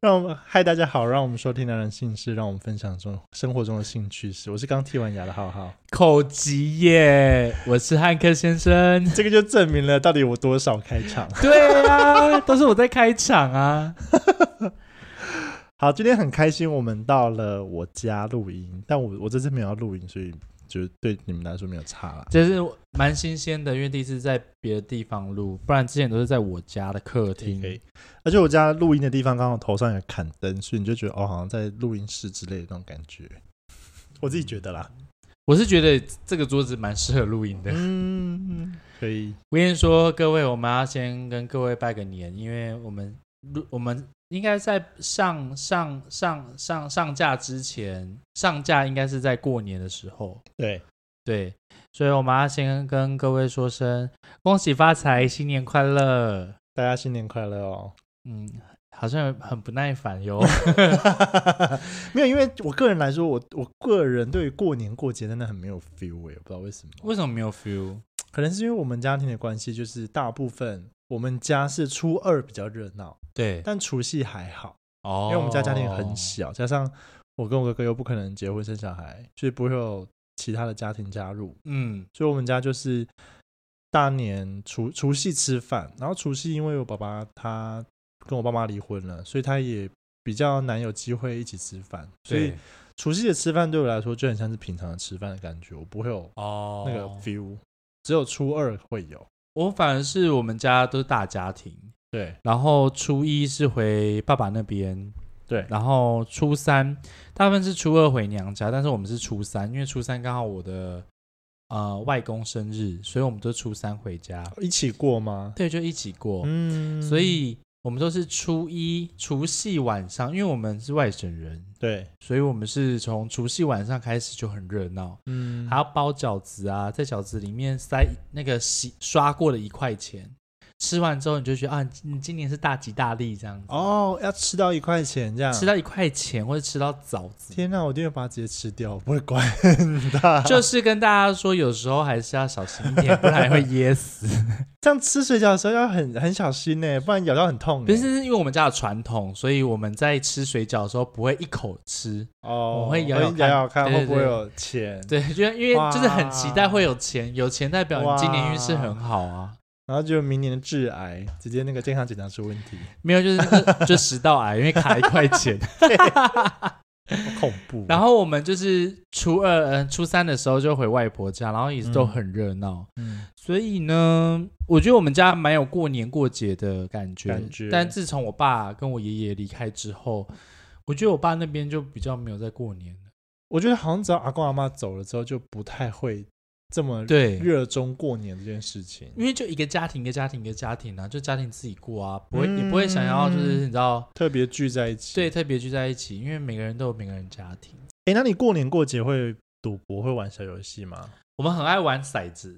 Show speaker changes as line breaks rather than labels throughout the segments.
让我们嗨，大家好，让我们收听男人性事，让我们分享中生活中的兴趣事。我是刚剃完牙的浩浩，
口急耶！我是汉克先生。
这个就证明了到底我多少开场。
对啊，都是我在开场啊。
好，今天很开心，我们到了我家录音，但我我这次没有要录音，所以就对你们来说没有差啦。
这是蛮新鲜的，因为第一次在别的地方录，不然之前都是在我家的客厅。
OK，而且我家录音的地方刚好头上有砍灯，所以你就觉得哦，好像在录音室之类的那种感觉。我自己觉得啦，
我是觉得这个桌子蛮适合录音的。
嗯，可以。
我跟你说，各位，我们要先跟各位拜个年，因为我们录，我们应该在上上上上上架之前，上架应该是在过年的时候。
对，
对，所以我们要先跟各位说声恭喜发财，新年快乐。
大家新年快乐哦！
嗯，好像很不耐 烦哟。
没有，因为我个人来说，我我个人对于过年过节真的很没有 feel 哎、我不知道为什么。
为什么没有 feel？
可能是因为我们家庭的关系，就是大部分我们家是初二比较热闹，
对，
但除夕还好，
哦
因为我们家家庭很。小，加上我跟我哥哥又不可能结婚生小孩，所以不会有其他的家庭加入，
嗯，
所以我们家就是大年除除夕吃饭，然后除夕因为我爸爸他跟我爸妈离婚了，所以他也比较难有机会一起吃饭，所以
对，
除夕的吃饭对我来说就很像是平常的吃饭的感觉，我不会有
哦，
那个 feel，、只有初二会有。
我反而是我们家都是大家庭，
对
然后初一是回爸爸那边，
对
然后初三大部分是初二回娘家，但是我们是初三，因为初三刚好我的呃外公生日，所以我们都初三回家。
一起过吗？
对，就一起过。
嗯
所以我们都是初一除夕晚上，因为我们是外省人，
对，
所以我们是从除夕晚上开始就很热闹，
嗯
还要包饺子啊，在饺子里面塞那个洗刷过的一块钱，吃完之后你就觉得啊，你今年是大吉大利这样子，
哦，要吃到一块钱这样，
吃到一块钱或者吃到枣子。
天哪，我一定会把它直接吃掉，我不会管它。
就是跟大家说，有时候还是要小心一点， 不然会噎死。
这样吃水饺的时候要很很小心呢，不然咬到很痛呢。
不是是因为我们家有传统，所以我们在吃水饺的时候不会一口吃，
哦，
我会咬咬
咬咬看
看
会
对对对
不会有钱，
对，就因为
哇
就是很期待会有钱，有钱代表你今年运势很好啊。
然后就明年的致癌，直接那个健康检查出问题，
没有，就是那个就食道癌，因为卡一块 钱。
好恐怖。
然
后
后我们就是初二、嗯、初三的时候就回外婆家，然后也是都很热闹。
嗯，
所以呢，我觉得我们家蛮有过年过节的感觉。
感觉
但自从我爸跟我爷爷离开之后，我觉得我爸那边就比较没有在过年了。
我觉得好像只要阿公阿妈走了之后，就不太会这么
对，
热衷过年这件事情，
因为就一个家庭一个家庭一个家庭啊，就家庭自己过啊，不会、也不会想要就
嗯
是你知道。
特别聚在一起。
对，特别聚在一起，因为每个人都有每个人家庭。
哎，那你过年过节会赌博、会玩小游戏吗？
我们很爱玩骰子，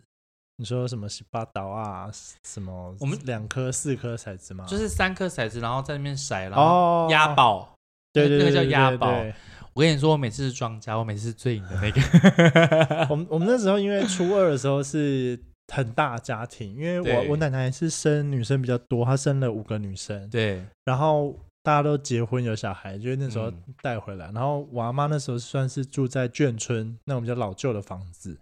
你说什么十八刀啊，什么
我们
两颗、四颗骰子吗？
就是三颗骰子，然后在那边骰，然后
哦，
押，宝。
对对
那
对，
个叫
对
押
对
宝
对
我跟你说，我每次是庄家，我每次是最赢的那
我
个。
们我们那时候因为初二的时候是很大家庭，因为
对
我我奶奶是生女生比较多，她生了五个女生，
对，
然后。大家都结婚有小孩， 就是那时候
嗯
带回来。然后我阿妈那时候算是住在眷村那种比较老旧的房子，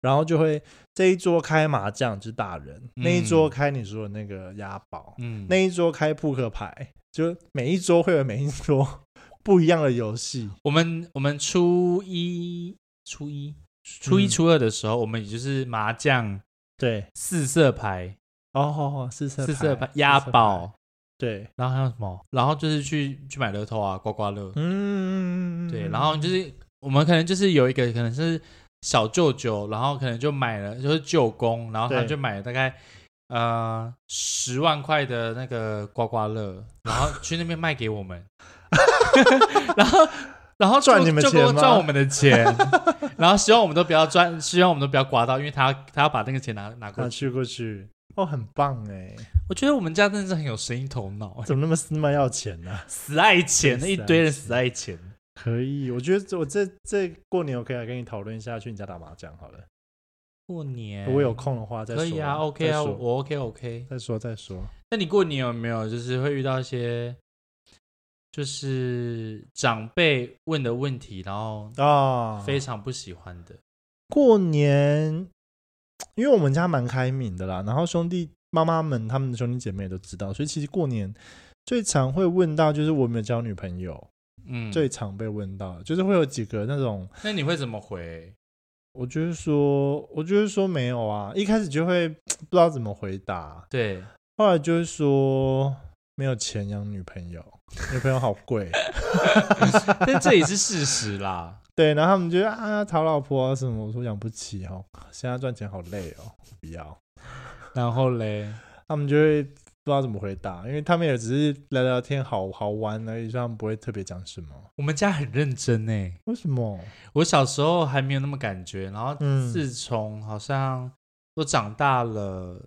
然后就会这一桌开麻将就是大人，那一桌
嗯
开你说的那个押宝，
嗯，
那一桌开扑克牌，就每一桌会有每一桌不一样的游戏。
我们我们初一、初一、初一、
嗯
初二的时候，我们也就是麻将、
对，
四色牌、
哦，哦哦四色
四色
牌
牌、押，
四色牌
宝，
对，
然后还有什么？然后就是去去买乐透啊，刮刮乐。
嗯，
对，然后就是我们可能就是有一个可能是小舅舅，然后可能就买了就是舅公，然后他
对
就买了大概呃十万块的那个刮刮乐，然 后去那边卖给我们， 然后。然后
赚
舅
你们
舅公
钱吗
赚我们的钱， 然后希望我们都不要赚，希望我们都不要刮到，因为他他要把那个钱拿拿过
拿
去。
去过去，哦，很棒 哎，
我觉得我们家真的是很有生意头脑，
怎么那么死蛮要钱呢、
死爱钱，
真
一
死爱
堆人
钱
死爱钱。
可以，我觉得我这这过年我可以来跟你讨论一下去你家打麻将好了，
过年
如果有空的话再说。
哎可以啊，OK
再
啊，
说
我 OK OK。
再说再说。
那你过年有没有就是会遇到一些就是长辈问的问题，然后
啊，
非常不喜欢的。
过年，因为我们家蛮开明的啦，然后兄弟妈妈们他们的兄弟姐妹也都知道，所以其实过年最常会问到就是我有没有交女朋友，
嗯，
最，常被问到就是会有几个那种，
那你会怎么回？
我就是说，我就是说没有啊，一开始就会不知道怎么回答，
对，
后来就是说没有钱养女朋友，女朋友好贵，
但这也是事实啦。
对，然后他们就啊讨老婆啊什么，我说养不起哦，现在赚钱好累哦，不要。
然后嘞，
他们就会不知道怎么回答，因为他们也只是聊聊天好、好玩而已，所以他们不会特别讲什么。
我们家很认真呢。
为什么？
我小时候还没有那么感觉，然后
嗯
自从好像我长大了，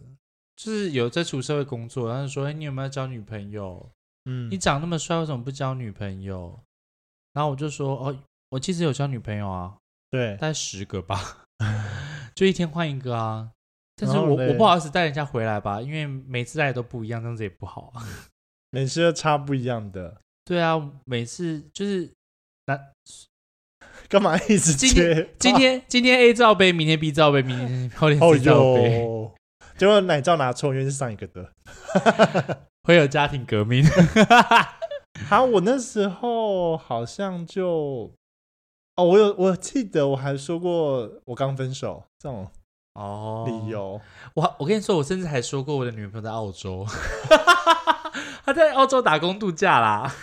就是有在出社会工作，然后说：“哎，你有没有交女朋友？
嗯
你长那么帅，为什么不交女朋友？”然后我就说：“哦，我其实有交女朋友啊，
对
大概十个 吧，就一天换一个啊。”但是
然后
我
嘞
我不好意思带人家回来吧，因为每次带都不一样，这样子也不好啊。
每次都差不一样的，
对啊，每次就是
啊干嘛一直
今
接？
今天、今天 A 罩杯，明天 B 罩杯，明天 后天
哦
C 罩杯。
哟，结果奶罩拿错，因为是上一个的。
会有家庭 革命。
好，我那时候好像就哦，我有我记得我还说过我刚分手这种
哦
理由。
我我跟你说，我甚至还说过我的女朋友在澳洲， 她在澳洲打工度假啦。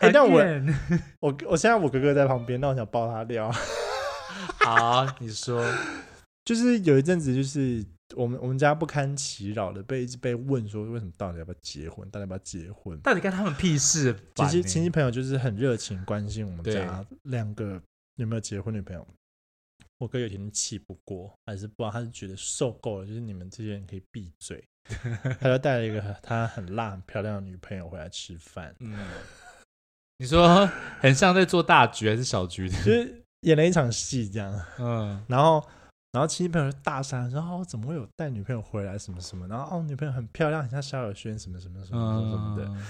哎那我
Again
我我现在我哥哥在旁边，那我想爆他料。
好，你说，
就是有一阵子，就是我们我们家不堪其扰的被一直被问说，为什么到底要不要结婚，到底要不要结婚？
到底干他们屁事？
其
烦
实
欸
亲戚朋友就是很热情关心我们
对
家两个有没有结婚女朋友。我哥有一天气不过，还是不知道，他是觉得受够了，就是你们这些人可以闭 嘴。他就带了一个他很辣、很漂亮的女朋友回来吃饭，
嗯，你说很像在做大局还是小局的？
就是演了一场戏这样。
嗯，
然后然后亲戚朋友就大山说哦，怎么会有带女朋友回来什么什么？然后哦，女朋友很漂亮，很像萧亚轩什么什么什么什么什么的。
嗯，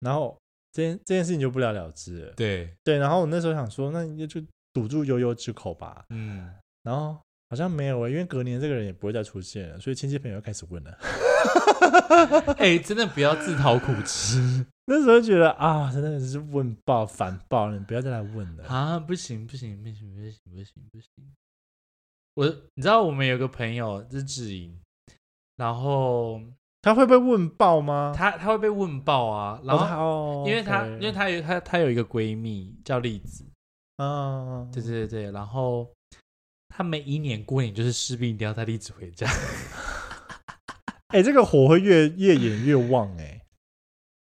然后这件这件事情就不了了之了。
对，
对，然后我那时候想说，那你就堵住悠悠之口吧。
嗯，
然后好像没有、欸，因为隔年这个人也不会再出现了，所以亲戚朋友又开始问了。
哎，真的不要自讨苦 吃
那时候觉得啊，真的是问爆反爆了，你不要再来问了。
啊！不行，不行，不行，不行，不行，不行！我你知道我们有个朋友是志颖，然后
他会被问爆吗？
她她会被问爆啊，然
哦
后、
他哦，
因为她
OK
因为她有她她有一个闺蜜叫栗子，
啊，
对对对对，然后她每一年过年就是势必一定要带栗子回家，
哎、这个火会越越演越旺哎、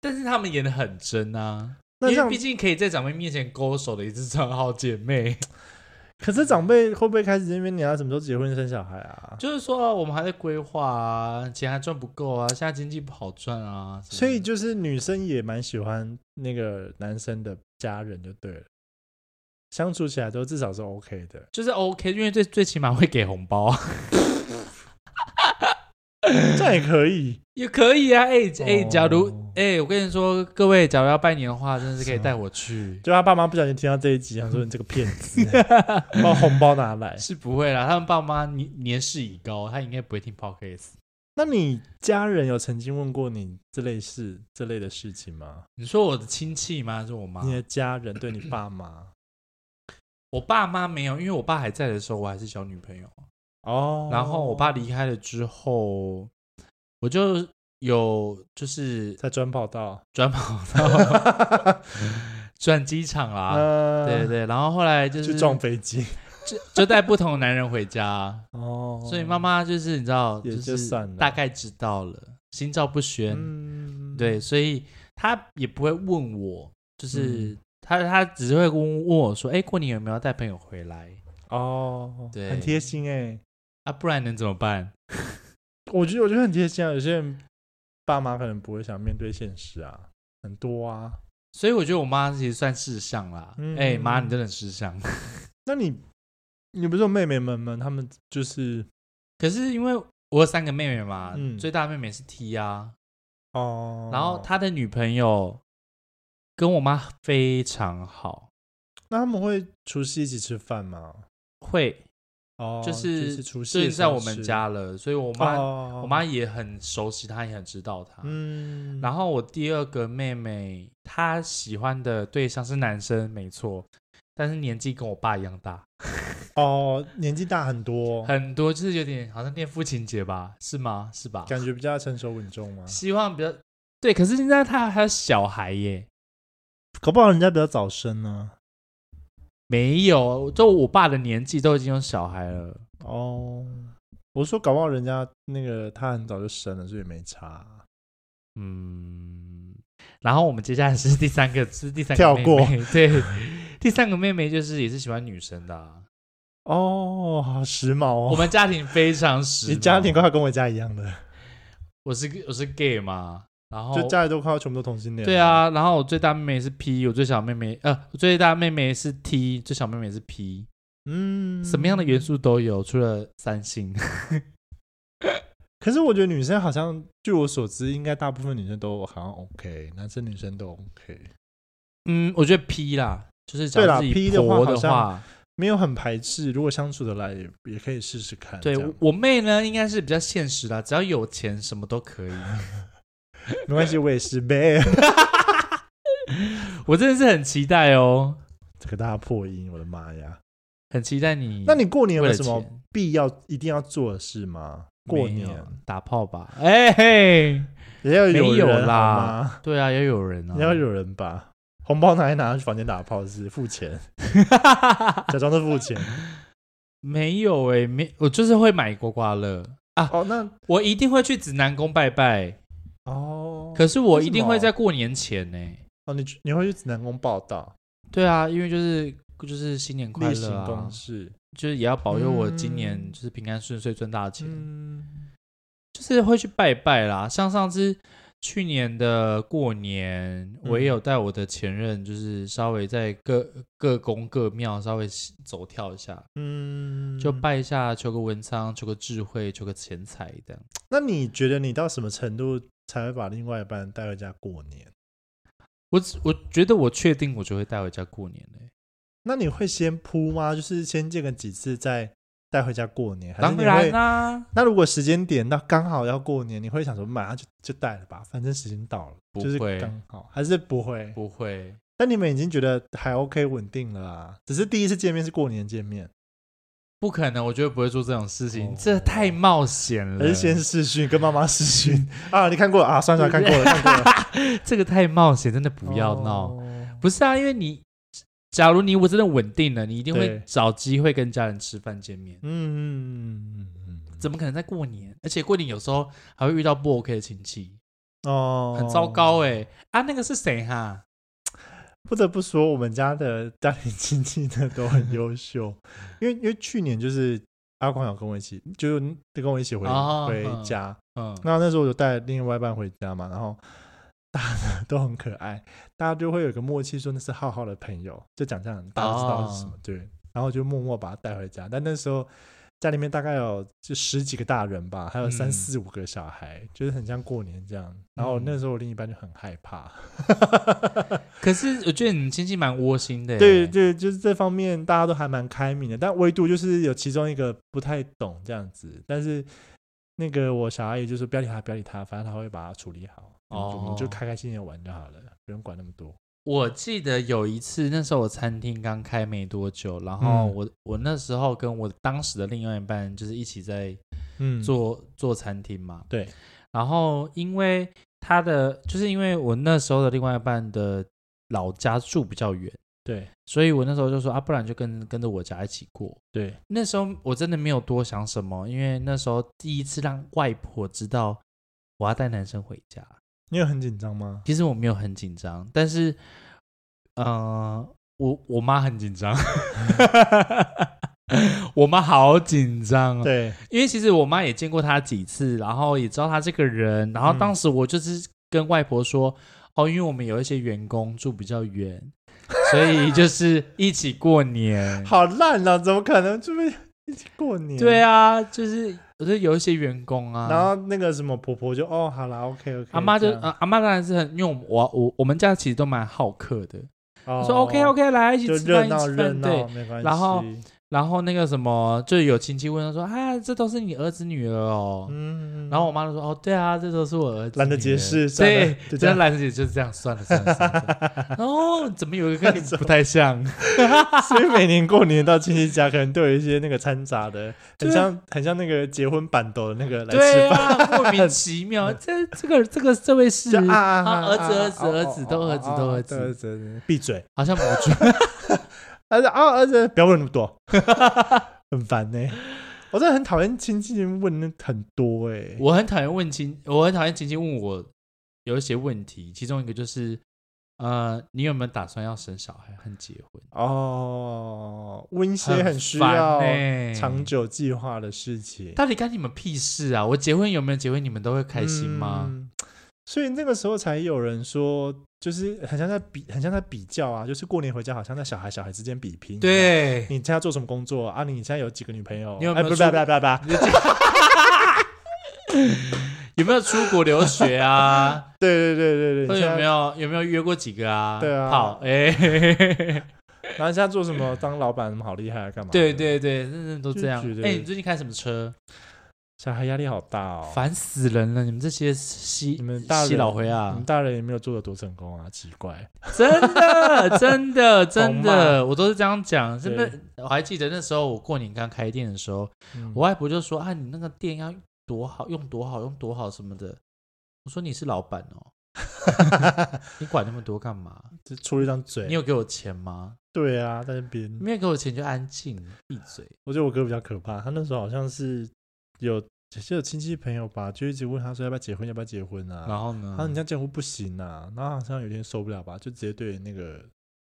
但是他们演的很真啊，
那这
因
样
为毕竟可以在长辈面前勾手的一只长好姐妹，
可是长辈会不会开始那边你要什么时候结婚生小孩啊？
就是说、哦我们还在规划啊，钱还赚不够啊，现在经济不好赚啊，什么
所以
的
就是女生也蛮喜欢那个男生的家人就对了，相处起来都至少是 OK 的。
就是 OK，因为最最起码会给红包啊。
这样也可以。
也可以啊，哎、哎、
哦啊
假如哎、我跟你说，各位，假如要拜年的话，真的是可以带我去，
就他爸妈不小心听到这一集，想说你这个骗 子，把我红包拿来。
是不会啦。他们爸妈年年事已高，他应该不会听 podcast。
那你家人有曾经问过你这类事、这类的事情吗？
你说我的亲戚吗？还是我妈？
你的家人对你爸妈？
我爸妈没有，因为我爸还在的时候，我还是小女朋友。
哦，
啊然后我爸离开了之后，我就有就是
在转跑道，
转跑道、转机场啦。
呃
啊对对，对，然后后来就是
去撞飞机。
就就带不同的男人回家，
哦，
嗯所以妈妈就是你知道，
也
就
就是算了
大概知道了，心照不宣。
嗯，
对，所以她也不会问我，就是
嗯
她她只是会问问我说：“哎、过年有没有带朋友回来
哦，
对
很贴心哎、
啊？不然能怎么办
我觉得我觉得很贴心啊。有些人爸妈可能不会想面对现实啊，很多啊。？”
所以我觉得我妈其实算识相啦。哎、
嗯
妈，你真的很识相。
那你你不是有妹妹们吗？她们就是
可是因为我有三个妹妹嘛，
嗯
最大妹妹是 T 啊，
哦，
然后她的女朋友跟我妈非常好，
那他们会除夕一起吃饭吗？
会
哦，
就
就是除夕
就
的
是
时
在
候
我们
吃
家了，所以我妈、
哦
我妈也很熟悉她，也很知道她。
嗯，
然后我第二个妹妹，她喜欢的对象是男生，没错，但是年纪跟我爸一样大，
哦，年纪大很多，
很多就是有点好像恋父情节吧，是吗？是吧？
感觉比较成熟稳重吗？
希望比较对，可是现在她还有小孩耶，
搞不好人家比较早生呢、
没有，就我爸的年纪都已经有小孩了，
哦，我说搞不好人家那个他很早就生了，所以没差。
嗯。然后我们接下来是第三 个，是第三个
跳
妹
过
妹 对，第三个妹妹就是也是喜欢女生的啊、
哦，好时髦
我
哦！
们家庭非常时髦，
你家庭快要跟我家一样了，
我是我是 gay 嘛，然后
就家里都快要全部都同性恋。
哦对，啊，然后我最大妹妹是 P，我最小妹妹呃，我最大妹妹是 T，最小妹妹是 P，、
嗯，
什么样的元？素都有，除了三星。
可是我觉得女生好像，据我所知，应该大部分女生都好像 OK，男生女生都 OK，
嗯，我觉得 P 啦，就是讲
对啦
自己
P 的话
婆
好
的
像
话，
没有很排斥。如果相处得来，也也可以试试看。
对
这样
我我妹呢应该是比较现实啦，只要有钱什么都可以。
没关系，我也是呗。
我真的是很期待哦，
这个大破音，我的妈呀！
很期待你。
那你过年有
为
没
了
有什么
钱
必要一定要做的事吗？过年啊
打炮吧？哎、嘿，
也要
没有
人
啦
好吗？
对啊，要有人啊，
也要有人吧。红包拿一拿去房间打炮是付 钱，假装是付钱。
没有哎、没，我就是会买刮刮乐，
哦，那
我一定会去指南宫拜拜，
哦，
可是我
为什
一定会
么
在过年前呢、
哦，你去你会去指南宫报道
对啊，因为就是就是新年快
例行
乐啊
公，事。
就是也要保佑我今
嗯
年就是平安顺遂赚大钱，
嗯，
就是会去拜拜啦。像上次去年的过年，我也
嗯
有带我的前任，就是稍微在各各宫各庙稍微走跳一下，
嗯
就。拜一下，求个文昌，求个智慧，求个钱财这样。
那你觉得你到什么程度才会把另外一半带回家过年？
我只我觉得我确定我就会带回家过年嘞、
那你会先铺吗？就是先见个几次再带回家过年？还是
当
你
然啊
会
啦、
那如果时间点到刚好要过年，你会想说马上就就带了吧，反正时间到了，
不
就是
会
刚好，还是不会？
不会，
但你们已经觉得还 OK 稳定了啊，只是第一次见面是过年见面，
不可能，我绝对不会做这种事情，
哦
这太冒险了。
还是先试训跟妈妈试训啊？你看过了啊？算了算了，看过了，看过了，
这个太冒险，真的 不要闹。
哦
不是啊，因为你假如你我真的稳定了，你一定
对
会找机会跟家人吃饭见面，
嗯嗯嗯嗯
怎么可能在过年？而且过年有时候还会遇到不 OK 的亲戚，
嗯，哦，
很糟糕哎、啊，那个是谁哈、
不得不说，我们家的家庭亲戚呢都很优 秀，因为因为去年就是阿光有跟我一起，就是跟我一起回、
哦
回
嗯
家，
嗯，
那那时候我就带另外一半回家嘛，然后大家都很可爱，大家就会有个默契，说那是浩浩的朋友，就讲这样，大家知道是什么，
啊
对。然后就默默把他带回家，但那时候家里面大概有就十几个大人吧，还有三
嗯
四五个小孩，就是很像过年这样。然后
嗯
那时候我另一半就很害怕，
可是我觉得你们亲戚蛮窝心的、欸，
对对，就是这方面大家都还蛮开明的，但唯独就是有其中一个不太懂这样子，但是那个我小阿姨就说不要理他，不要理他，反正他会把它处理好，哦、我们就
哦
开开心心地玩就好了，不用管那么多。
我记得有一次，那时候我餐厅刚开没多久，然后
嗯
我、我那时候跟我当时的另外一半就是一起在
嗯
做、做餐厅嘛，
对，
然后因为他的就是因为我那时候的另外一半的老家住比较远，
对
所以我那时候就说啊，不然就跟跟着我家一起过。
对，
那时候我真的没有多想什么，因为那时候第一次让外婆知道我要带男生回家。
你有很紧张吗？
其实我没有很紧张，但是，呃，我我妈很 紧张， 我妈好紧张哦，
嗯对，
因为其实我妈也见过她几次，然后也知道她这个人，然后
嗯
当时我就是跟外婆说，哦，因为我们有一些员工住比较 远，所以就是一起过年
哦，好烂啊！怎么可能？这么过年
嗯对啊，就是我觉得有一些员工啊，
然后那个什么婆婆就哦，好啦 o k OK，
阿妈就、
这样
呃阿妈当然是很，因为我们我我我们家其实都蛮好客的，
哦
说 OK OK 来一起
就
吃
热
饭一
闹
起吃
热
饭，
闹，
对。
没关系。
然后然后那个什么，就有亲戚问他说啊，这都是你儿子女儿哦。
嗯，
然后我妈就说哦，对啊，这都是我儿子。
懒得解释
女儿
算了
对，
就这
真
样
的懒得解释，就是这样，算了算了算了。 算了哦，怎么有一个跟你不太像？
所以每年过年到亲戚家，可能都有一些那个掺杂的，很
对啊
像很像那个结婚板斗的那个来吃
对
饭。
啊，莫名其 妙。这这个这个这位是
就啊啊啊！
儿子儿子
哦
儿子
哦
都
哦
儿子
哦
都
哦都
儿子
儿子儿子闭嘴！
好像母猪。
儿子啊，儿子，不要问那么多，很烦呢。我真的很讨厌亲戚问那很多哎，
我很讨厌问亲，我很讨厌亲戚问我有一些问题，其中一个就是，呃，你有没有打算要生小孩和结婚？
哦，问一些很需
烦
要
欸
长久计划的事情，
到底干你们屁事啊！我结婚有没有结婚，你们都会开心吗？
嗯所以那个时候才有人说，就是很像在比，很像在比较啊，就是过年回家好像在小孩小孩之间比拼。，
对，
你现在做什么工作啊？你现在有几个女朋友？
你有
哎不
没有
不
出
不不不，
你的结 有没有出国留学啊？
对对对对对，
或者
你现
有没
在
有有没有约过几个啊？
对啊
好，哎、 嘿嘿嘿
然后现在做什么？当老板什么好厉害啊？干嘛？
对，对对，真的都这样。
就觉得
哎、你最近开什么车？
小孩压力好大哦。
烦死人了！你们这些西
你们大
西
人嗯
老灰啊，
你们大人也没有做的多成功啊，奇怪。
真 的，真的，真
骂
的，我都是这样讲。真的
对，
我还记得那时候我过年刚开店的时候，
嗯
我外婆就说：“啊，你那个店要多好，用多好，用多好什么的。”我说：“你是老板哦， 你管那么多干嘛？
只出了一张嘴
你。有给我钱吗？
对啊，在那边，
没有给我钱就安静，闭嘴。
我觉得我哥比较可怕，他那时候好像是有就有亲戚朋友吧，就一直问他说要不要结婚，要不要结婚啊？
然后
他说你这
呢？
样结婚不行啊，然后好像有点受不了吧，就直接对那个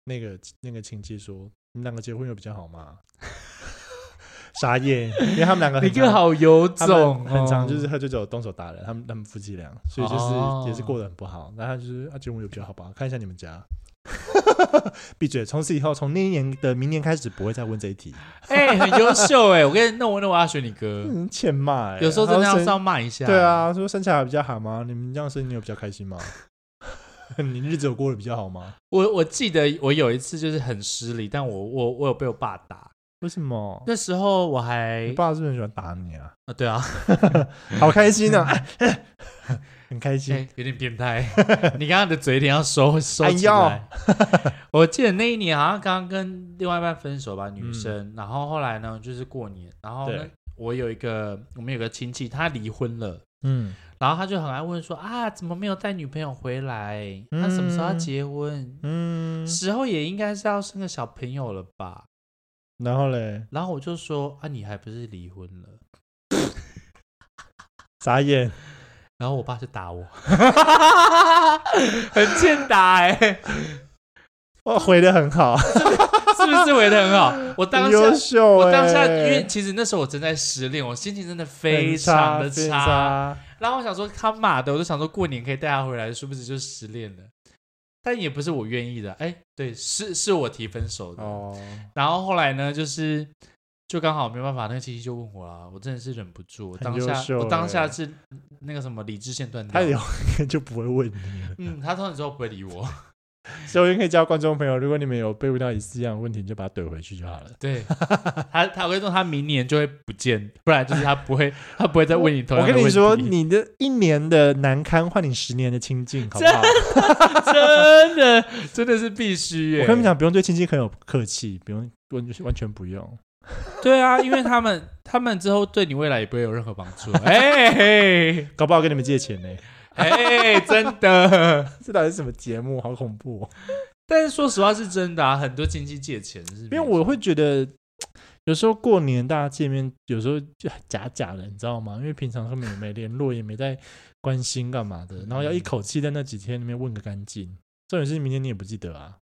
那个那个亲戚说，你们两个结婚有比较好吗？ 傻眼，因为他们两个
你
很
哥
常，
好有
他们
种哦，
很常就是喝醉酒动手打人，他们他们夫妻俩，所以就是、
哦
也是过得很不好。然后他就是啊，结婚有比较好吧？看一下你们家。 闭嘴！从此以后，从那一年的明年开始，不会再问这一题。
哎，很优秀哎。我跟你那我那我要选你哥，
嗯，欠骂、欸。
有时候真的
他
要
说
是要骂一下。
对，啊，说生小孩比较好吗？你们这样生，你有比较开心吗？ 你日子有过得比较好吗？
我我记得我有一次就是很失礼，但我我我有被我爸打。
为什么？
那时候我还
你爸是不是很喜欢打你啊？
啊，对啊，
好开心啊， 很开心。
哎有点变态。 你刚刚的嘴脸要收收起
哎
来。 我记得那一年好像刚刚跟另外一半分手吧，女生。然后后来呢，就是过年，然后呢
嗯对，
我有一个我们有个亲戚，他离婚了。
嗯，
然后他就很爱问说啊，怎么没有带女朋友回来？
嗯
他、什么时候要结婚？
嗯，
时候也应该是要生个小朋友了吧？
然后嘞，
然后我就说啊，你还不是离婚了？
眨眼，
然后我爸就打 我，很欠打哎、
哇，回的很好，
是不是回的很 好？我 当
很
下，
优秀、欸。
我当下，因为其实那时候我正在失恋，我心情真的非常的
很非常
差。然后我想说他妈的，我就想说过年可以带他回来，殊不知就失恋了。但也不是我愿意的，哎，对，是是我提分手的。
哦，
然后后来呢，就是就刚好没办法，那个亲戚就问我啦，我真的是忍不住，我
很
当
优
下
秀
我当下
欸
是那个什么理智线断
他
掉。
有就不会问你 了。
嗯，他通常之后不会理我。
所以我也可以教观众朋友，如果你们有被问到一次一样的问题，你就把它怼回去就好了。
对他，他我跟你说，他明年就会不见，不然就是他不会， 他不会再问你同
我
样的
跟
问题。
你说，你的一年的难堪换你十年的清净，好不好？
真的真的是必须耶、
我跟你 们讲，不用对亲戚朋友客气，不用完完全不用。
对啊，因为他们 他们之后对你未来也不会有任何帮 助。哎嘿
搞不好跟你们借钱呢、
哎，真的。
这到底是什么节目？好恐怖、哦！
但是说实话是真的啊，很多亲戚借钱是
因为我会觉得，有时候过年大家见面，有时候就假假的，你知道吗？因为平常根本也没联络，也没在关心干嘛的，然后要一口气在那几天里面问个干净。重点是明天你也不记得啊，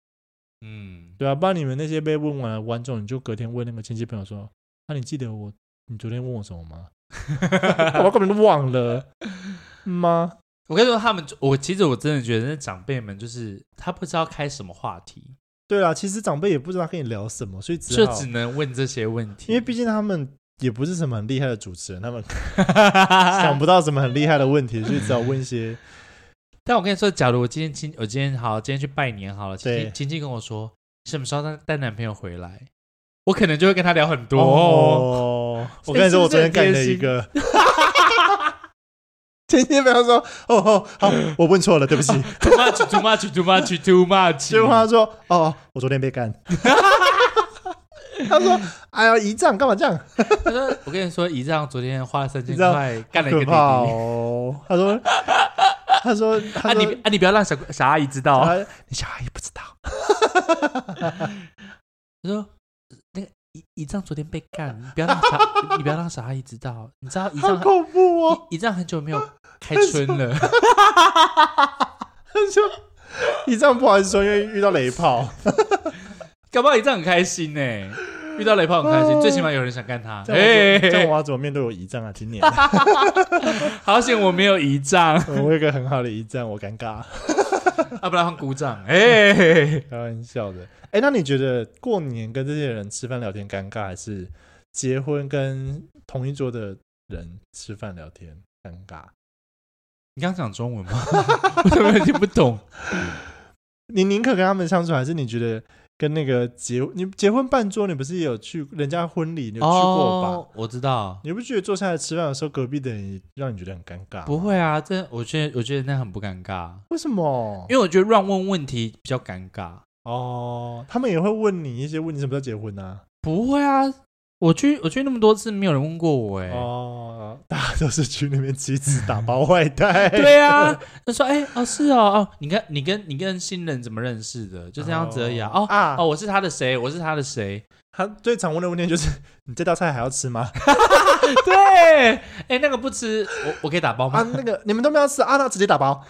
嗯，
对啊，不然你们那些被问完的观众，你就隔天问那个亲戚朋友说：“啊那、你记得我，你昨天问我什么吗？” 我根本都忘了吗？
我跟你说，他们我其实我真的觉得那长辈们就是他不知道开什么话题，
啊对啦，其实长辈也不知道跟你聊什么，所以只
就
好
只能问这些问题。
因为毕竟他们也不是什么很厉害的主持人，他们想不到什么很厉害的问题，就只好问一些
但我跟你说，假如我今天亲，我今天好，今天去拜年好了，亲
对
戚亲戚跟我说什么时候带带男朋友回来，我可能就会跟他聊很多。
哦。我跟你说，我昨天干了一个，天天不要说哦哦，好，我问错了，对不起。
too much, too much, too much, too much。
结果他说哦，我昨天被干。他说：“哎呀，姨丈干嘛这样？
他说：“我跟你说，姨丈昨天花了三千
你知道
块干了一个
可
弟弟。
怕
啊
哦。”他说：“他说，他
你
说，
啊你不要让小小阿姨知道。哦
他你小阿姨不知道。”
他说：“那个姨姨丈昨天被干，你不要让小 你不要让小阿姨知道。你知道姨
好
丈
恐怖哦！
姨姨丈很久没有开春了，
他说你这样不好意思说，因为遇到雷炮，
搞不好姨丈很开心呢、遇到雷炮很开心，
哦
最起码有人想干他。
这样我
哎，
怎这样我要怎么面对我姨丈啊？ 今年
好险我没有姨 丈，
我有一个很好的姨丈，我尴尬，
要啊不然换鼓掌。哎，
开玩笑的。哎，那你觉得过年跟这些人吃饭聊天尴尬，还是结婚跟同一桌的人吃饭聊天尴尬？
你刚讲中文吗？ 我怎么有点听不 懂？
你宁可跟他们相处，还是你觉得跟那个结你结婚办桌，你不是也有去人家婚礼，你有去过吧？
哦，我知道。
你不觉得坐下来吃饭的时候，隔壁的人也让你觉得很尴尬？
不，会啊，这我觉得我觉得那很不尴尬，
为什么？
因为我觉得乱问问题比较尴尬。
哦，他们也会问你一些问你什么时候结婚啊？
不会啊，我去我去那么多次，没有人问过我哎、
哦，大家都是去那边妻子打包外带。
对 啊，就说哎、哦是哦哦，你跟你跟你跟新人怎么认识的？就这样子而已啊。哦
啊，
哦，我是他的谁？我是他的谁？
他最常问的问题就是你这道菜还要吃吗？
对，哎、那个不吃，我我可以打包吗？
啊，
哎、
那个你们都没有吃啊，那直接打包。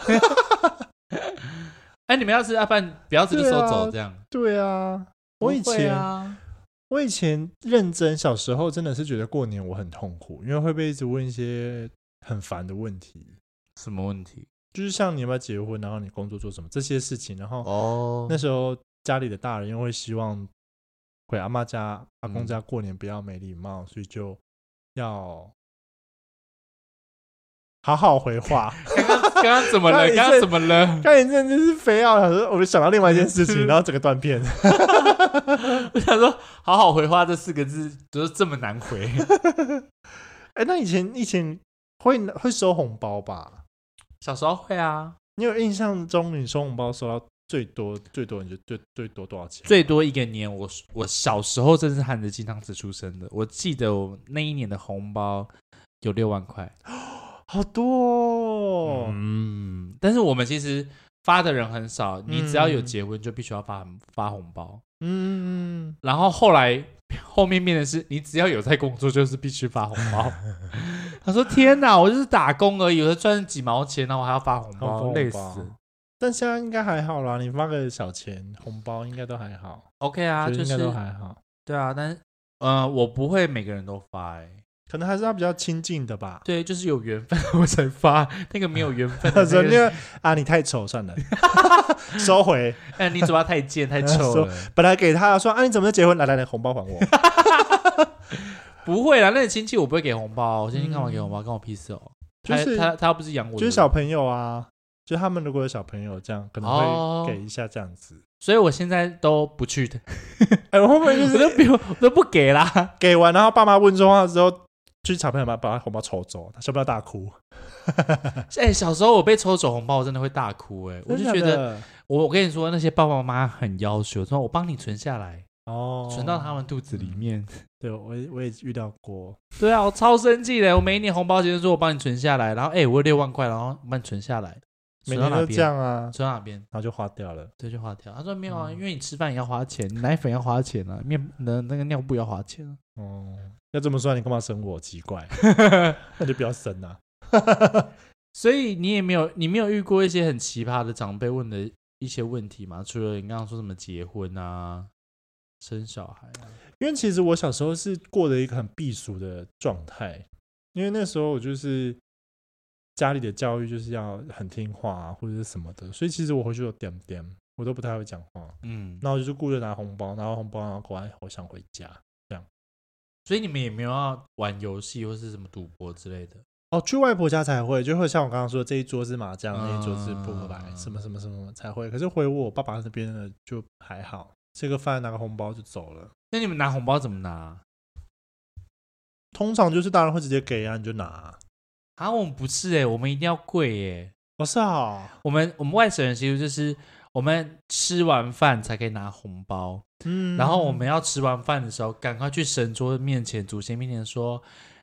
哎你们要吃，要、不然不要吃就收走这样。
对啊，我以
不会
前、
啊，
我以前认真小时候真的是觉得过年我很痛苦，因为会被一直问一些很烦的问题，
什么问题？
就是像你要不要结婚，然后你工作做什么这些事情，然后
哦
那时候家里的大人又会希望回阿妈家、阿公家过年不要没礼貌，所以就要好好回话。
刚刚 刚刚怎么 了？
刚刚
刚刚怎么了？
刚才你真的是非要，想说我就想到另外一件事情，然后整个断片。
我想说，好好回话这四个字怎么这么难回？
哎、那以前以前会会收红包吧？
小时候会啊，
你有印象中你收红包收到最多最多你就最最多多少钱？
最多一个年，我我小时候真是含着金汤匙出生的。我记得我那一年的红包有六万块，
好多哦！
嗯，但是我们其实发的人很少，你只要有
嗯
结婚就必须要发发红包。
嗯，
然后后来后面变的是，你只要有在工作，就是必须发红 包。他说：“天哪，我就是打工而已，我就赚几毛钱，然后我还要发红
嗯好
包，
多
累
红包哦
死。
但现在应该还好啦，你发个小钱红包应该都还好。”
OK 啊，
所以
就
应
是
该都还好，
对啊，但是呃，我不会每个人都发、欸，
可能还是他比较亲近的 吧。
对，就是有缘分我才发，那个没有缘 分的、
他
那
说：“
个
因为啊，你太丑，算了， 收回。
哎，你嘴巴太贱太臭
说
了，
本来给他说啊，你怎么就结婚？来来来，红包还 我。
不会啦，那个亲戚我不会给红包，我亲戚干嘛给红包，关我屁事哦。
就
他
是
他他又不是养我的，
就是小朋友啊，就他们如果有小朋友，这样可能
哦
会给一下这样子。
所以我现在都不 去的，
哎、我会不会就
我
是
都不我都不给啦。
给完，然后爸妈问说话之后，就是小朋友把把他红包抽走，他小朋友大哭。
哎、小时候我被抽走红包，我真的会大哭哎、我就觉
真的假
得，
的
我我跟你说，那些爸爸妈妈很要求，说我帮你存下来，
哦，嗯
存到他。们肚子里面。
对，我也我也遇到过，
对啊，我超生气的。我每一年红包结束说我帮你存下来，然后哎、我有六万块，然后帮你存下来，
每
存到
年
哪
都
边？
这样啊，
存到哪边？
然后就花掉了。
对，就花掉。他说没有啊，
嗯
因为你吃饭也要花钱，你奶粉要花钱啊，面那那个尿布要花钱啊。
哦，要这么算，你干嘛生我？奇怪， 那就不要生啊。
所以你也没有，你没有遇过一些很奇葩的长辈问的一些问题吗？除了你刚刚说什么结婚啊、生小孩啊，
因为其实我小时候是过的一个很避俗的状态，因为那时候我就是家里的教育就是要很听话、啊、或者是什么的，所以其实我回去有点点，我都不太会讲话，
嗯，
那我就是顾着拿红包，拿完红包然后过来我想回家，这样。
所以你们也没有要玩游戏或是什么赌博之类的。
哦，去外婆家才会，就会像我刚刚说，这一桌是麻将，那一桌是扑克牌，
嗯
什么什么什么才会。可是回我爸爸那边的就还好，吃个饭拿个红包就走了。
那你们拿红包怎么拿？
通常就是大人会直接给啊，你就拿啊。
啊，我们不是哎、我们一定要跪哎、
哦，是啊，
我们我们外省人习俗就是我们吃完饭才可以拿红包，
嗯，
然后我们要吃完饭的时候，赶快去神桌面前、祖先面前说：“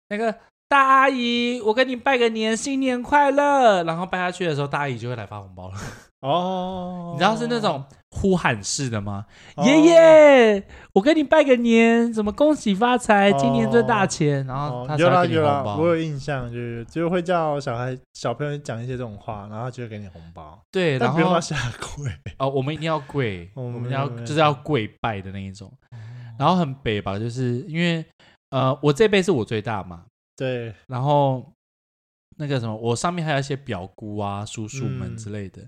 那个大阿姨，我跟你拜个年，新年快乐。”然后拜下去的时候，大阿姨就会来发红包了。
哦，
你知道是那种呼喊式的吗？
哦
爷爷，我跟你拜个年，怎么恭喜发财，
哦
今年赚大钱。然后
哦
啊他才
有啦
会给你
有啦
红，
我
包。
有印象，就是就会叫小孩小朋友讲一些这种话，然后他就会给你红包，
对，然
但不用
后
到下跪。
哦，我们一定要跪，
哦
我们
没有
要
没有
就是要跪拜的那一种。然后很北吧，就是因为呃，我这辈是我最大嘛，
对，
然后那个什么，我上面还有一些表姑啊、叔叔
嗯
们之类的，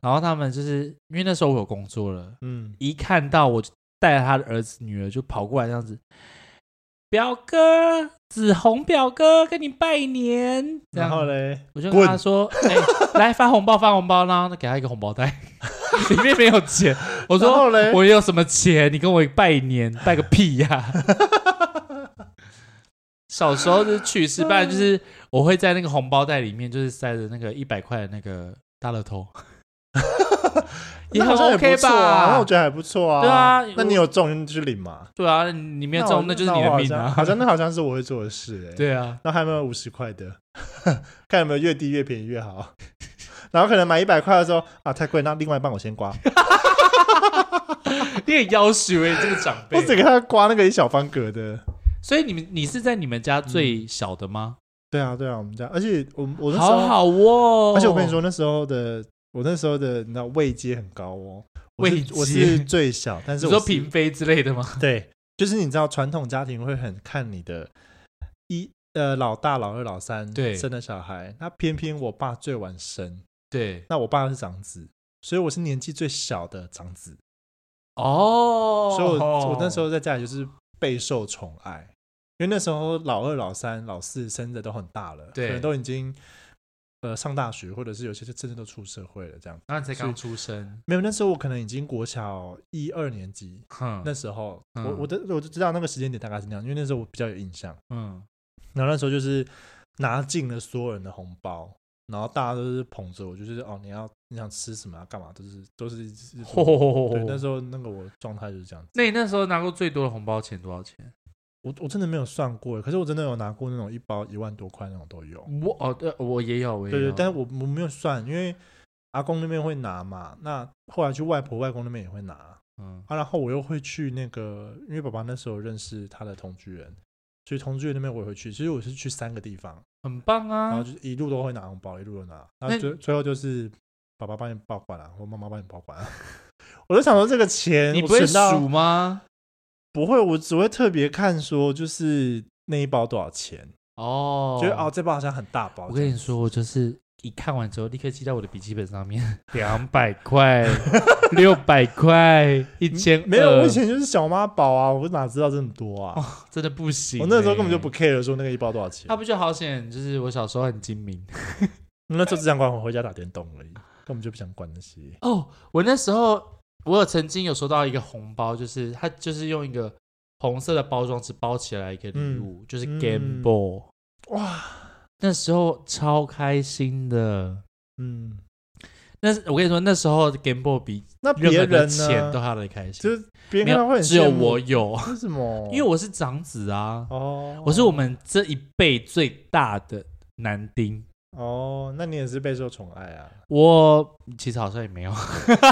然后他们就是因为那时候我有工作了，
嗯，
一看到我就带着他的儿子、女儿就跑过来这样子，表哥子红表哥跟你拜年，这
然
样
后嘞，
我就跟他说，哎、来发红包发红包，然后给他一个红包袋， 里面没有钱，我
我
说。
嘞，
我有什么钱？你跟我拜年拜个屁呀、 小时候就是去世，不然就是我会在那个红包袋里面，就是塞着那个一百块的那个大乐透，也
那
很
好像也
OK
不错啊那
吧
我？觉得还不错啊。
对啊
那你有中就去领嘛？
对啊，你没有
我
中，那就是你的
我好
命
像
啊
好！像那好像是我会做的事哎。
对啊，
然后还有没有五十块的？ 看有没有越低越便宜越好。 然后可能买一百块的时候啊太贵，那另外一半我先刮，
你很要求哎，这个长 辈
我。只给他刮那个一小方格的。
所以你们你是在你们家最小的吗？
对啊，对啊，我们家，而且我嗯我那时候，
好好哦！
而且我跟你，说那时候的，我那时候的，你知道位阶很高哦，我是
位阶
我是最小，但是
你
我
说
是
嫔妃之类的吗？
对，就是你知道传统家庭会很看你的一呃老大、老二、老三
对
生的小孩，那偏偏我爸最晚生，
对，
那我爸是长子，所以我是年纪最小的长子，
哦，
所以我我那时候在家里就是备受宠爱，因为那时候老二、老三、老四生的都很大了，
对
可能都已经呃上大学，或者是有些就真的都出社会了这样。
那你才刚出生，
没有，那时候我可能已经国小一二年级，
哼，
那时候、我
嗯
我的我就知道那个时间点大概是那样，因为那时候我比较有印象。
嗯，
然后那时候就是拿尽了所有人的红包。然后大家都是捧着我，就是哦，你要你想吃什么啊要干嘛，都是都是。对，那时候那个我状态就是这样子。
那你那时候拿过最多的红包钱多少钱？
我我真的没有算过，欸可是我真的有拿过那种一包一万多块那种都有。
我哦，对，啊我也有，我也
对
有。
对，但是我我没有算，因为阿公那边会拿嘛，那后来去外婆外公那边也会拿啊，
嗯
然后我又会去那个，因为爸爸那时候认识他的同居人，所以同居人那边我也会去。其实我是去三个地方，
很棒
然后
啊，
就是一路都会拿红包，一路都拿，然后
那
最最后就是爸爸帮你保管啊，或妈妈帮你保管啊。 我就想说这个钱
你
我
不会
存到
数吗？
不会，我只会特别看说就是那一包多少钱。
哦，
觉得哦，，这包好像很大包。
我跟你说，我就是一看完之后，立刻记在我的笔记本上面， 两百块、 嗯六百块、一
这
千
样，，没有，我以前就是小妈宝啊，我哪知道这么多啊？
真的不行欸。
我那时候根本就不 care 说那个一包多少钱
他，不就哦好险？就是我小时候很精明
那时候只想管我回家打电动而已，根本就不想管那些。
哦。我那时候我有曾经有收到一个红包，就是他就是用一个红色的包装纸包起来一个礼
嗯
物，就是
嗯
Game Boy。
哇，
那时候超开心的。
嗯，
那是我跟你说，那时候 Game Boy 比
那
任
别
何的
人
钱
呢？
都还要来开心，
就是别人
没
看到会
有
很
只有
羡慕
我，有，
为什么？
因为我是长子啊，
哦，
我是我们这一辈最大的男丁。
哦，那你也是备受宠爱啊，
我其实好像也没有，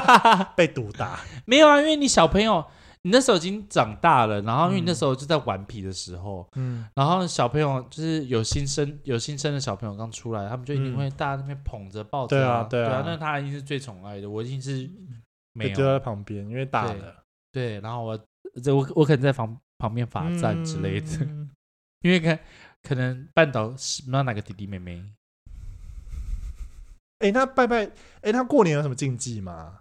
被毒打。
没有啊，因为你小朋友，你那时候已经长大了，然后因为你那时候就在顽皮的时候，
嗯，
然后小朋友就是有新生有新生的小朋友刚出来，他们就一定
嗯
会大家那边捧着抱着、
对
啊
啊，
对
对啊
那他一定是最宠爱的，我一定是 没
被
有
丢在旁边，因为打
对
了
对，然后我这我我可能在旁旁边罚站之类的，
嗯
因为可可能绊倒是不知道哪个弟弟妹妹，
哎、那拜拜，哎、那过年有什么禁忌吗？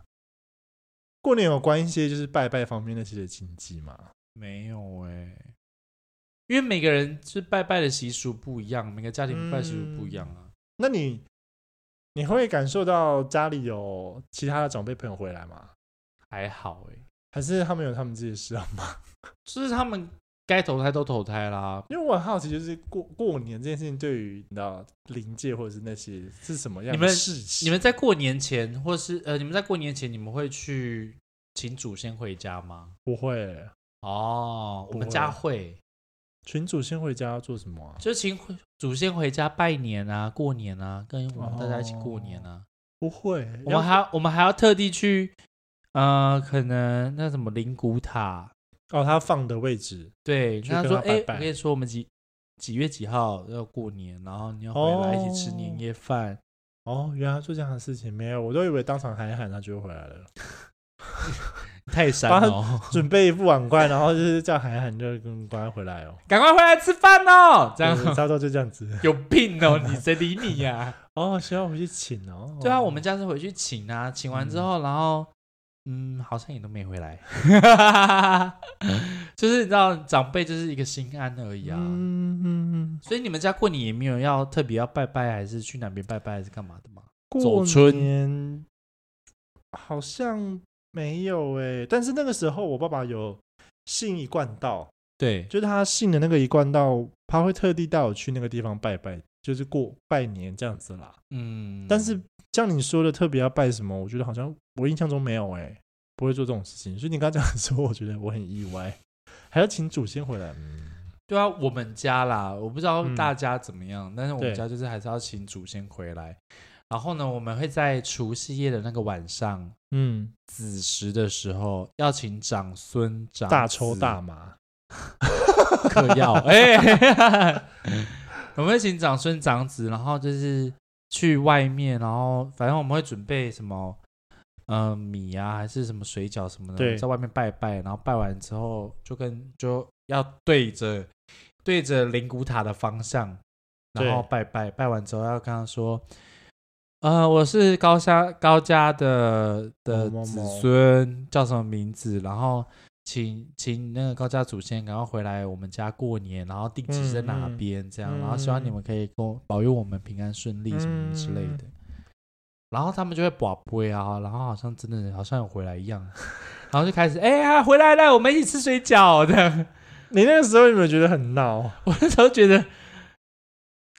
过年有关一些就是拜拜方面那些的禁忌吗？
没有哎、因为每个人是拜拜的习俗不一样，每个家庭拜拜习俗不一样啊。
那你你会感受到家里有其他的长辈朋友回来吗？
还好哎、
还是他们有他们自己的事啊？
就是他们该投胎都投胎啦，
因为我很好奇，就是过过年这件事情，对于你知道临界或者是那些是什么样
你
的
们
事情？
你们在过年前，或是呃，你们在过年前，你们会去请祖先回家吗？
不会，
哦，我
不
们
会
家会，
群主先回家要做什么啊、
就请回祖先回家拜年啊，过年啊，跟我们
哦
大家一起过年啊。
不会，
我们还我们还要特地去，呃，可能那什么灵骨塔，
要哦，他放的位置
对，
去
跟他
跟
说，
他
哎、
拜拜
我跟你说，我们几几月几号要过年，然后你要回来一起吃年夜饭。
哦，原来做这样的事情没有，我都以为当场喊一喊他就会回来 了，
泰山
把他
哦，
准备一副碗筷，然后就是叫喊一喊就跟赶快回来哦，
赶快回来吃饭哦，这样
对 差不多就 这样子。
有病哦，你谁理你呀、
哦，需要回去请哦。
对啊，我们家是回去请啊，请完之后，然后嗯，好像也都没回来， 就是你知道长辈就是一个心安而已啊。
嗯嗯嗯，
所以你们家过年也没有要特别要拜拜，还是去哪边拜拜，还是干嘛的吗？走
过
春
年好像没有诶、但是那个时候我爸爸有信一贯道，
对，
就是他信的那个一贯道，他会特地带我去那个地方拜拜，就是过拜年这样子啦。
嗯，
但是像你说的特别要拜什么，我觉得好像我印象中没有哎、不会做这种事情。所以你刚刚讲的时候，我觉得我很意外， 还要请祖先回来。
对啊，我们家啦，我不知道大家怎么样，但是我们
嗯对
家就是还是要请祖先回来。然后呢，我们会在除夕夜的那个晚上
嗯，
子时的时候，要请长孙长
大抽
子
大麻，
嗑 药，哎、 我们会请长孙长子，然后就是去外面，然后反正我们会准备什么，呃，米啊，还是什么水饺什么的，
对
在外面拜拜，然后拜完之后就跟就要对着对着灵骨塔的方向，然后
对
拜拜，拜完之后要跟他说。呃，我是高家高家的的
某某
子
某
孙，叫什么名字？然后请请那个高家祖先赶快回来我们家过年，然后地址是在哪边这样，
嗯嗯嗯
然后希望你们可以跟我保佑我们平安顺利什么之类的。然后他们就会宝贝啊，然后好像真的好像有回来一样， 然后就开始哎呀、回来了，我们一起吃水饺这样。
你那个时候有没有觉得很闹？
我那时候觉得，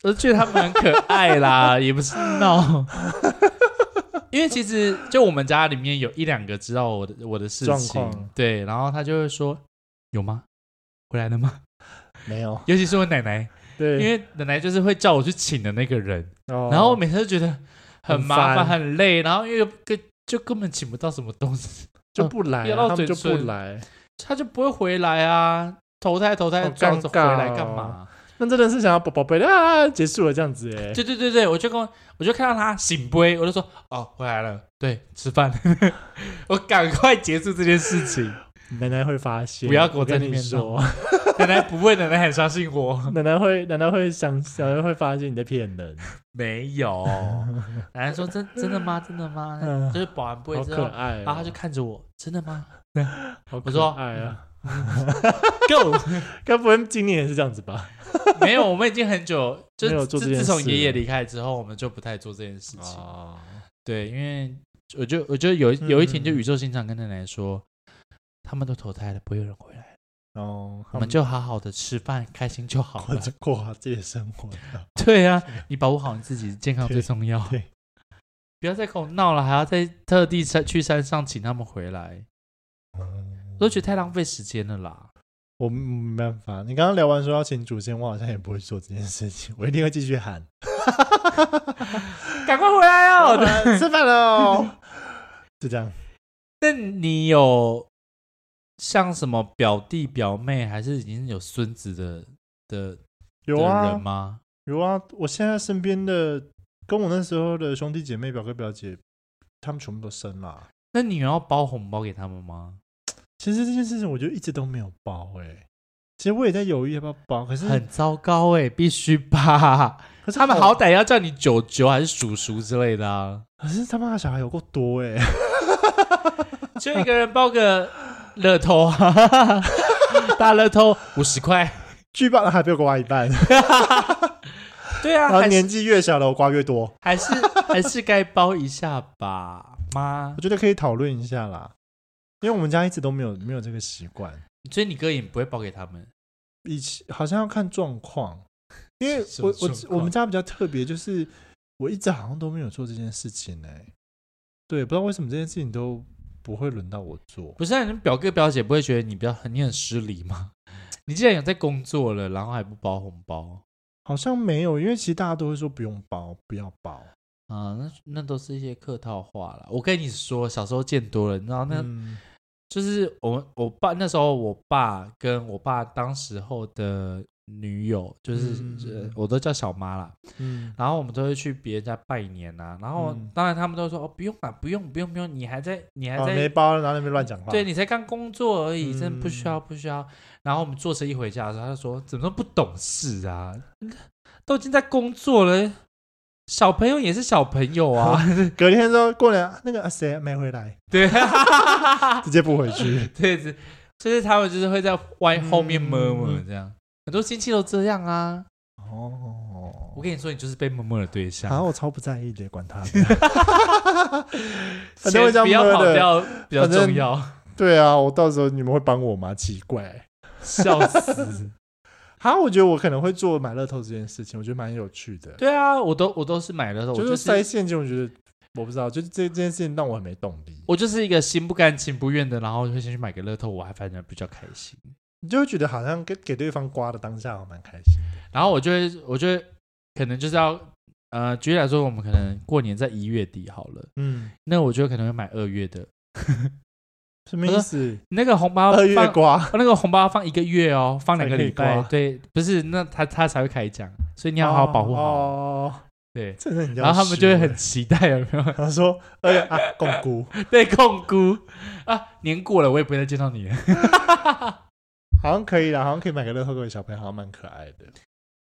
我觉得他们很可爱 啦，也不是闹。因为其实就我们家里面有一两个知道我的我的事
状
情
况，
对，然后他就会说有吗？回来了吗？
没有，
尤其是我奶奶，因
对，哦
为奶奶就是会叫我去请的那个人，
然
然后我每次都觉得很
很
麻烦、
烦
很累，然后因为跟就根本请不到什么东西，
就不来啊，
咬到
他们
嘴
就不
唇
来。
他就不会回来啊，投胎投胎
好
装着
尴
回
尬
来干
哦
嘛？
那真的是想要宝宝贝啊，结束了这样子 哎、
对对对对，我就跟我我就看到他醒杯，我就说哦回来了，对，吃饭， 我赶快结束这件事情。
奶奶会发现，
不要跟我在
跟
那
你
边
说，
奶奶不会，奶奶很相信我，
奶奶会奶奶会想，奶奶会发现你在骗人，
没有。
哦
奶奶说真真的吗？真的吗？
嗯
就是保安不会
好
知
可
道，
爱、哦。
然后他就看着我，真的吗
好
我
可
说
爱啊，
？Go，
该不会今年也是这样子吧？
没有，我们已经很久，就
没有
是
做
自
这件
自从
事
爷爷
了
离开之后，我们就不太做这件事情。
哦，
对，因为我就我就有一
嗯
有一天就
嗯
宇宙心肠跟奶奶说，他们都投胎了，不会有人回来。
哦，
我们就好好的吃饭，开心就好
过
了。
着 过好自己的生活。
对啊，你保护好你自己，健康最重要。
对对
不要再跟我闹了，还要再特地山去山上请他们回来，我都觉得太浪费时间了啦。
我嗯没办法，你刚刚聊完说要请祖先，我好像也不会做这件事情，我一定会继续喊，
赶快回来
好
哦！
的，啊吃饭喽，就这样。
那你有像什么表弟表妹，还是已经有孙子的的
有啊，
的人吗？
有啊，我现在身边的跟我那时候的兄弟姐妹、表哥表姐，他们全部都生啦。
那你有要包红包给他们吗？
其实这件事情，我就一直都没有包哎、其实我也在犹豫要不要包，可是
很糟糕哎、必须吧。
可是
他们
我
好，歹要叫你舅舅还是叔叔之类的啊，
可是他妈的小孩有够多哎、
就 一个人包个乐透啊，大乐透五十块，
巨棒的还被我刮一半，
对 啊，
然后
还
年
是
纪越小的我刮越多，
还是还是该包一下吧，妈
我。觉得可以讨论一下啦，因为我们家一直都没有没有这个习惯，
所以你哥也不会包给他们，
以前好像要看状况，因为
什
我
么
我
状况
我们家比较特别，就是我一直好像都没有做这件事情哎、对，不知道为什么这件事情都不会轮到我做，
不是、啊？你表哥表姐不会觉得你比较很你很失礼 吗？你既然有在工作了，然后还不包红包
好像没有，因为其实大家都会说不用包，不要包，
啊，那那都是一些客套话啦。我跟你说，小时候见多了，你知道那、
嗯
就是我我爸那时候，我爸跟我爸当时候的女友，就是、
嗯嗯
呃
嗯
我都叫小妈啦。
嗯
然后我们都会去别人家拜年呐、然后
嗯
当然他们都说哦不用啦，不用不用不用，你还在你还
哦，
在、
没包，然后那边乱讲话，
对，你才刚工作而已，
嗯
真的不需要不需要。然后我们坐车一回家的时候，他就说怎么都不懂事啊，都已经在工作了，小朋友也是小朋友啊，
隔天说过年那个啊谁没回来，
对，
直接不回去，
对子，就是他们就是会在外后面摸摸
嗯
这样，很多亲戚都这样啊。
哦
我，跟你说，你就是被摸摸的对象
然，后我超不在意的，管他的。
钱
反正会这样
不要
摸
跑
的
掉比较
反正
重要，
对啊，我到时候你们会帮我吗？奇怪。
笑死。
好，我觉得我可能会做买乐透这件事情，我觉得蛮有趣的。
对啊，我都我都是买的时候，我
就
就是
塞
是
现金，我觉得我不知道，就是这这件事情让我很没动力。
我就是一个心不甘情不愿的，然后会先去买个乐透，我还反正比较开心。
你就会觉得好像给给对方刮的当下，我蛮开心的。
然后我就会，我就会可能就是要，呃，举例来说，我们可能过年在一月底好了，
嗯，
那我就可能会买二月的
什么意思？
那个红包
二月
放
刮，
哦那个红包放一个月哦，放两个礼
才可以
拜
刮，
对，不是，那他他才会开奖，所以你
你
要好好保护好，
哦，
对。
真的你这样
然后他们就会很
说
期待，有没有？
欸，他说二月啊，共估。
对，控估啊，年过了，我也不会再见到你了。
好像可以啦，好像可以买个乐透给小朋友，好像蛮可爱的。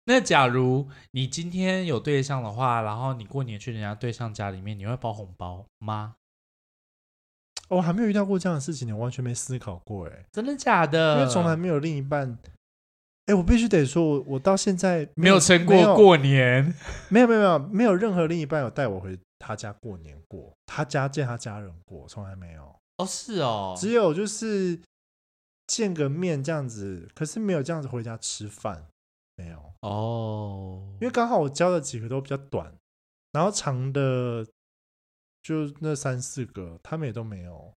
那假如你今天有对象的话，然后你过年去人家对象家里面，你会包红包吗？
哦我还没有遇到过这样的事情，我完全没思考过哎、
真的假的？
因为从来没有另一半。哎、我必须得说，我我到现在
没有撑
没
过
有
过年。
没有没有没有没有任何另一半有带我回他家过年过，他家见他家人过，从来没有，
哦，是哦，
只有就是见个面这样子，可是没有这样子回家吃饭，没有，
哦，
因为刚好我教的几个都比较短，然后长的就那三四个，他们也都没有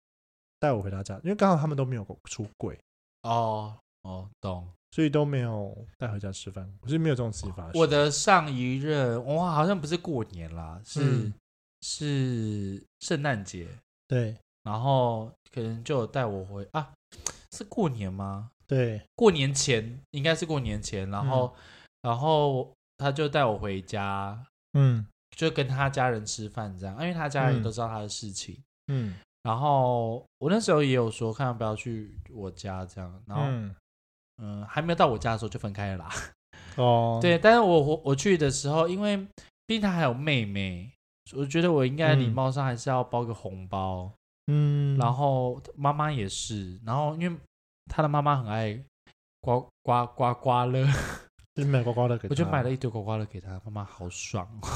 带我回他家，因为刚好他们都没有出柜，
哦哦，懂。
所以都没有带回家吃饭，我是没有这种事情发生。
我的上一任，哇，好像不是过年啦，是、
嗯
是圣诞节，
对
然后可能就有带我回啊，是过年吗？
对，
过年前应该是过年前，然后、然后他就带我回家，
嗯
就跟他家人吃饭这样，因为他家人
嗯
都知道他的事情。
嗯
然后我那时候也有说，看要不要去我家这样，然后
嗯
嗯、还没有到我家的时候就分开了啦。
哦，
对，但是我我我去的时候，因为毕竟她还有妹妹，我觉得我应该礼
嗯
貌上还是要包个红包。
嗯，
然后妈妈也是，然后因为她的妈妈很爱刮刮刮刮乐，
就买刮刮乐给
我就
他
买了。一堆刮刮乐给她，妈妈好爽哦。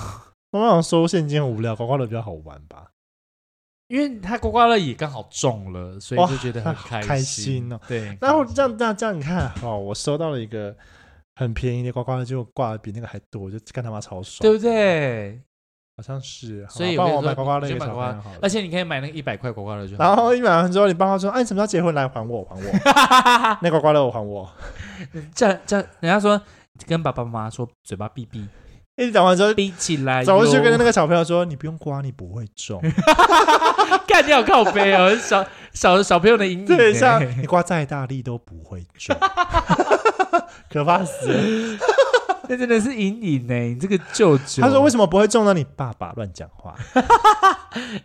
妈妈好像收现金很无聊，刮刮乐比较好玩吧？
因为她刮刮乐也刚好中了，所以
哇
就觉得很开
开心哦。
对，
然后这样这样这样，你看，哦，我收到了一个很便宜的刮刮乐，就挂的比那个还多，我就干他妈超爽，
对不？对？
好像是，
所以
帮
我
我
跟
买
你说
刮刮乐
你
给小
就买
朋
刮哎
友好了
而。且你可以买那个一百块刮刮乐就好
然后
了。
一买完之后，你爸妈说：“哎，你什么时候结婚？来还我，还我 那刮刮乐，我还我。
这样这样，人家说跟爸爸妈妈说嘴巴闭闭。”
一讲完之后，
逼起来哟，
走过去跟那个小朋友说：“你不用刮，你不会中。
干掉靠背哦，小小小朋友的阴影欸。
对，像你刮再大力都不会中，可怕死了。”
这真的是阴影呢。你这个舅舅，
他说：“为什么不会中呢？你爸爸乱讲话，
么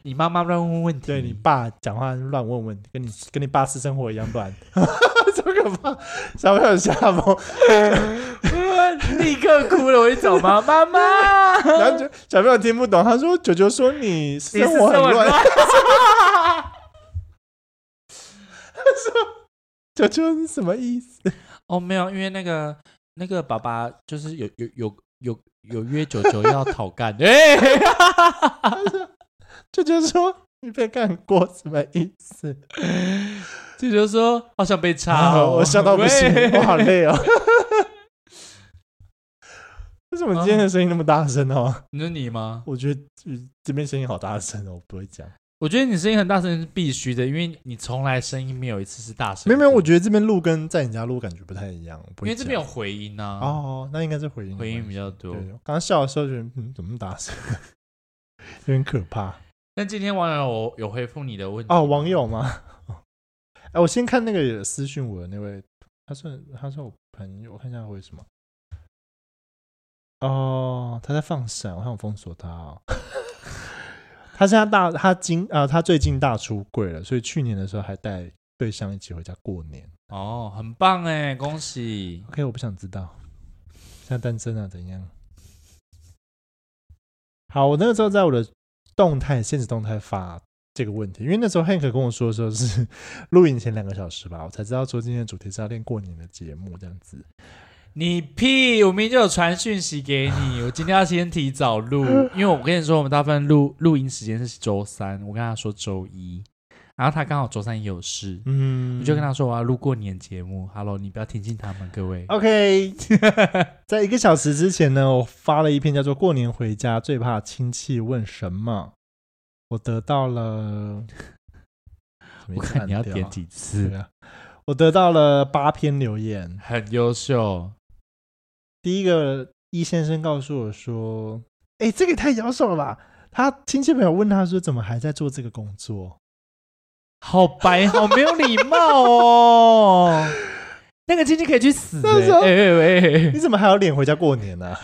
你妈妈乱问问题？
对你爸讲话乱问问，跟你跟你爸私生活一样乱，超可怕。”小朋友吓疯，
立刻哭了，我就找妈妈妈，
然后就小朋友听不懂。他说：“九九说你私
你是
生活很乱。”
乱。
九九是什么意思？
哦，没有，因为那个那个爸爸就是有有有有有约九九要讨干， 哎，
舅舅说你被干过什么意思？
舅舅说 好想被插
啊
哦，
我笑到不行，
喂
我好累哦。 为什么今天的声音那么大声哦？
你说你吗？
我觉得呃这边声音好大声哦，我不会讲。
我觉得你声音很大声是必须的，因为你从来声音没有一次是大声
没
的。
有没有，我觉得这边录跟在你家录感觉不太一样，我不
因
会
为这边有
讲
回音啊，
哦，那应该是回音的关
回
系，
音比较多
对，。我刚刚笑的时候觉得嗯怎么那么大声， 有点可怕
但今天网友有回复你的问题
哦。
吗
网友吗？ 哎，我先看那个私讯我的那位，他算他算我朋友，我看一下他回什么。哦，他在放闪，我想封锁他哦。 他现在大，他今啊、他最近大出柜了，所以去年的时候还带对象一起回家过年。
哦，很棒哎，恭喜！
OK，我不想知道，现在单身啊，怎样？好，我那个时候在我的动态、现实动态发这个问题，因为那时候 Hank 跟我说的时候是录影前两个小时吧，我才知道说今天的主题是要练过年的节目这样子。
你屁！我明明就有传讯息 给你，我今天要先提早录，因为我跟你说，我们大部分录录音时间是周三，我跟他说周一，然后他刚好周三也有事，
嗯
我就跟他说我要录过年节目，Hello，你不要听信他们各
哦
位。
OK，在一个小时之前呢，我发了一篇叫做《过年回家最怕亲戚问什么》，我得到了，怎么一
我
直
看你要
按掉
点几次
对，啊， 我得到了八篇留言。
很优秀。
第一个一先生告诉我说：“哎、这个也太咬手了吧！”他亲戚朋友问他说：“怎么还在做这个工作
好白，好没有礼貌哦！ 那个亲戚可以去死、
那时候
欸！哎哎 哎，
你怎么还有脸回家过年呢、啊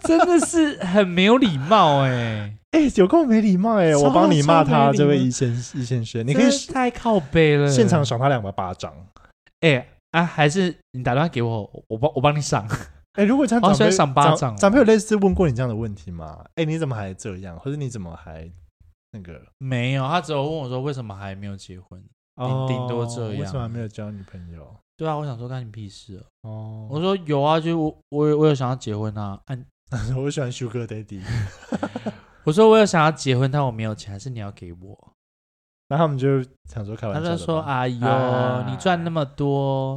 真的是很没有礼貌哎、？”
哎、有够没礼貌哎、
超
我帮你骂
超没
他，
礼貌
这位一先一先生，你可以
真的太靠背了。
现场赏他两把巴掌。
哎、啊，还是你打电话给我，我帮我帮你赏。
哎、如果这样
好
长
喜欢
辈
赏巴
长
掌哦
长辈有类似问过你这样的问题吗？哎、你怎么还这样，或者你怎么还那个？
没有，他只有问我说为什么还没有结婚。顶顶多这
哦为什
样
么还没有交女朋友？
对啊，我想说干你屁事啊！
哦，
我说有啊，就我我有我有想要结婚啊，啊，
我我喜欢 Sugar Daddy，
我说我有想要结婚，但我没有钱，还是你要给我？
然后他们就想说开玩
他
笑的吧，
就说：“哎呦，
啊
你赚那么多。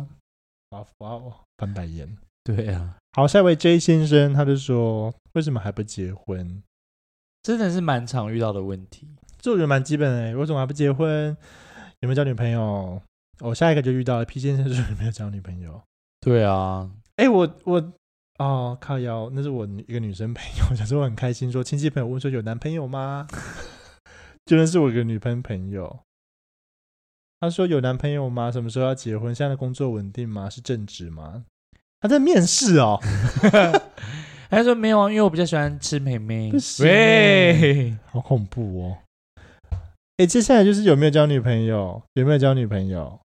哇哇哇，翻白眼。”
对啊，
好，下一位 J 先生，他就说为什么还不结婚？
真的是蛮常遇到的问题。
这我觉得蛮基本的欸，为什么还不结婚？有没有交女朋友？我、下一个就遇到了 P 先生说有没有交女朋友？
对啊，
哎、我我哦靠腰，那是我女一个女生朋友， 我想说我很开心，说亲戚朋友问说有男朋友吗？ 就认识我一个女朋朋友，她说有男朋友吗？什么时候要结婚？现在的工作稳定吗？是正职吗？她在面试哦，
他说没有啊，因为我比较喜欢吃妹妹
不。行
喂，
好恐怖哦！哎，接下来就是有没有交女朋友？有没有交女朋友？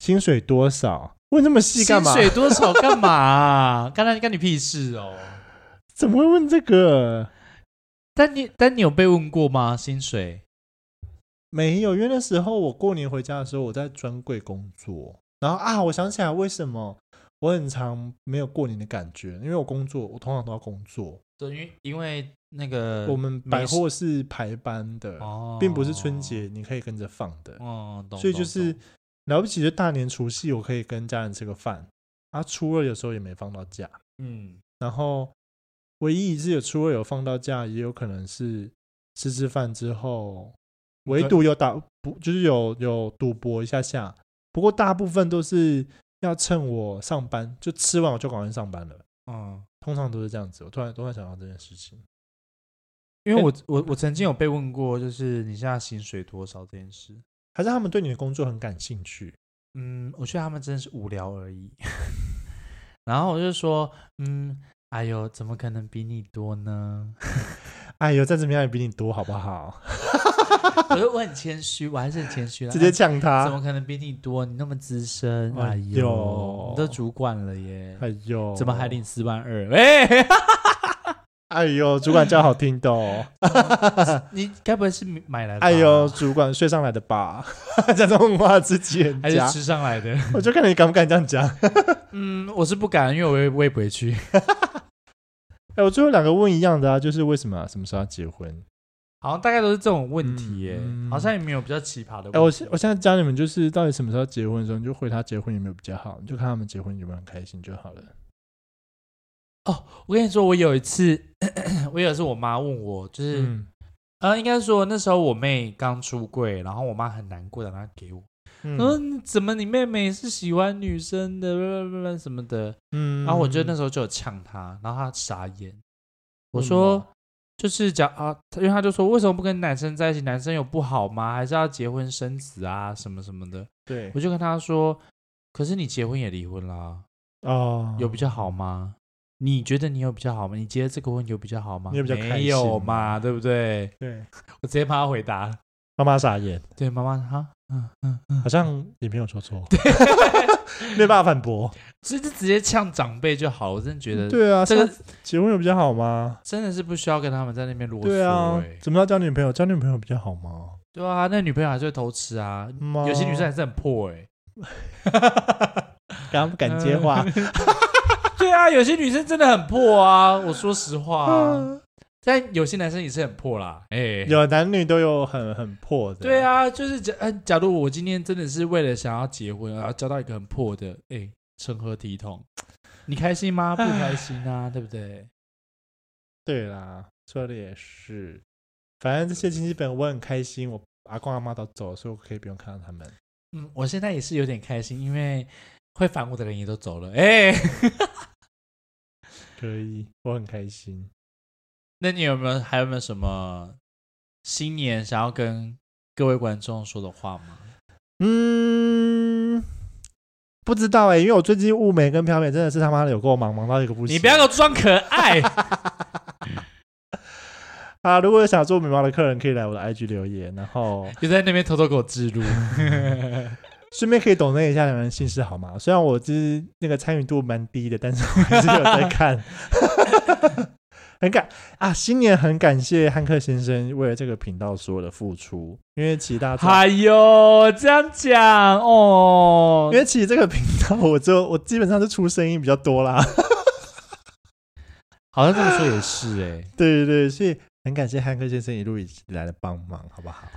薪水多少？问那么细干嘛？
薪水多少干嘛啊、干他干你屁事哦！
怎么会问这个？
但你但你有被问过吗？薪水？
没有，因为那时候我过年回家的时候，我在专柜工作。然后啊，我想起来为什么我很常没有过年的感觉，因为我工作，我通常都要工作。
对，因为因为那个
我们百货是排班的，
嗯哦
并不是春节你可以跟着放的。
哦，懂。
所以就
懂
是
懂
了不起，就大年除夕我可以跟家人吃个饭，啊，初二有时候也没放到假，
嗯，
然后唯一一次有初二有放到假，也有可能是吃吃饭之后，唯独有打不就是有有赌博一下下，不过大部分都是要趁我上班就吃完我就赶快上班了，
嗯，
通常都是这样子。我突然突然想到这件事情，
因为我我我曾经有被问过，就是你现在薪水多少这件事。
还是他们对你的工作很感兴趣，
嗯，我觉得他们真的是无聊而已。 然后我就说，嗯，哎呦，怎么可能比你 多呢？
哎呦，再怎么样也比你多好不好？
我就我很谦虚，我还是很谦虚啦。
直接
哎
呛
怎
他，
么可能比你多？你那么资深，
哎
哎
呦
呦，你都主管了耶，
哎呦，
怎么还领四万二？哎，
哎呦，主管叫好听的 哦。
你该不会是买来的吧？
哎呦，主管睡上来的吧？ 讲这种话自己人
还是
家，
吃上来的？
我就看你敢不敢这样讲。
嗯，我是不敢，因为我也我也不会去。
哎，我最后两个问一样的啊，就是为什么啊、什么时候要结婚？
好像大概都是这种问题耶，
嗯
好像也没有比较奇葩的
哎，我
问题。
现我现在教你们，就是到底什么时候结婚的时候，你就回他结婚有没有比较好，你就看他们结婚有没有很开心就好了。
我跟你说，我有一次， 我有一次我妈问我，就是、
嗯
呃，应该说那时候我妹刚出柜，然后我妈很难过，打电话给我，
嗯
嗯，怎么你妹妹是喜欢女生的，叭叭叭什么的。
嗯
啊然后我就那时候就有呛她，然后她傻眼，我
为什
说
么。
就是讲啊，因为她就说为什么不跟男生在一起？男生有不好吗？还是要结婚生子啊，什么什么的？
对
我就跟她说，可是你结婚也离婚啦，
哦，
有比较好吗？你觉得你有比较好吗？你结了这个婚有比较好吗？
你有比较开
没
心
有
吗
嘛，对不对？
对
我直接帮他回答了。
妈妈傻眼，
对，妈妈哈，嗯嗯嗯
好，像也没有说错， 没办法反驳。
所以就直接呛长辈就好。我真的觉得，
对啊，
这
这
个
个结婚有比较好吗？
真的是不需要跟他们在那边啰嗦、欸。
对啊，怎么要交女朋友？交女朋友比较好吗？
对啊，那女朋友还是会偷吃啊。
妈
有些女生还是很破哎、
敢不敢接 话？
对啊，有些女生真的很破啊。我说实话、 啊，但有些男生也是很破啦。哎、
有男女都有很很破的。
对，啊，就是假呃假如我今天真的是为了想要结婚，然后交到一个很破的，哎、成何体统？ 你开心 吗？不开心啊，对不对？
对啦，说的也是。反正这些亲戚本我很开心，我阿公阿妈都走了，所以我可以不用看到他们。
嗯，我现在也是有点开心，因为会烦我的人也都走了。哎、
可以，我很开心。
那你有没有还有没有什么新年想要跟各位观众说的话吗？
嗯，不知道哎、因为我最近雾眉跟飘美真的是他妈的有够忙，忙到一个不行。
你不要给我装可 爱。
啊！如果有想做眉毛的客人，可以来我的 IG 留言，然后
就在那边偷偷给我记录。
顺便可以懂那一下两人姓氏好吗？虽然我就是那个参与度蛮低的，但是我还是有在看。 很感啊，新年很感谢汉克先生为了这个频道所有的付出，因为其实大家知道
哎呦，这样讲哦
因，为其实这个频道我就我基本上是出声音比较多啦，
好像这么说也是哎、
对对对，所以很感谢汉克先生一路以来的帮忙，好不好？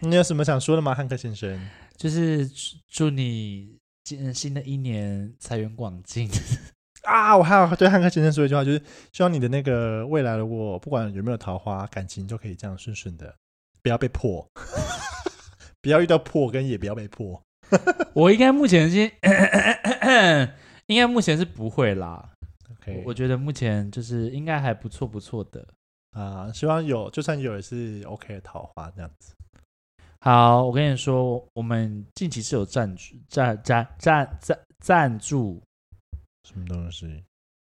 你有什么想说的吗，汉克先生？
就是祝祝你今新的一年财源广进。
啊，我还要对汉克先生说一句话，就是希望你的那个未来，如果不管有没有桃花，感情都可以这样顺顺的，不要被破， 不要遇到破，跟也不要被破。
我应该目前先， 应该目前是不会啦。
OK，
我觉得目前就是应该还不错，不错的。
啊、希望有，就算有也是 OK 的桃花这样子。
好，我跟你说，我们近期是有赞助赞赞赞赞赞助，
什么东西？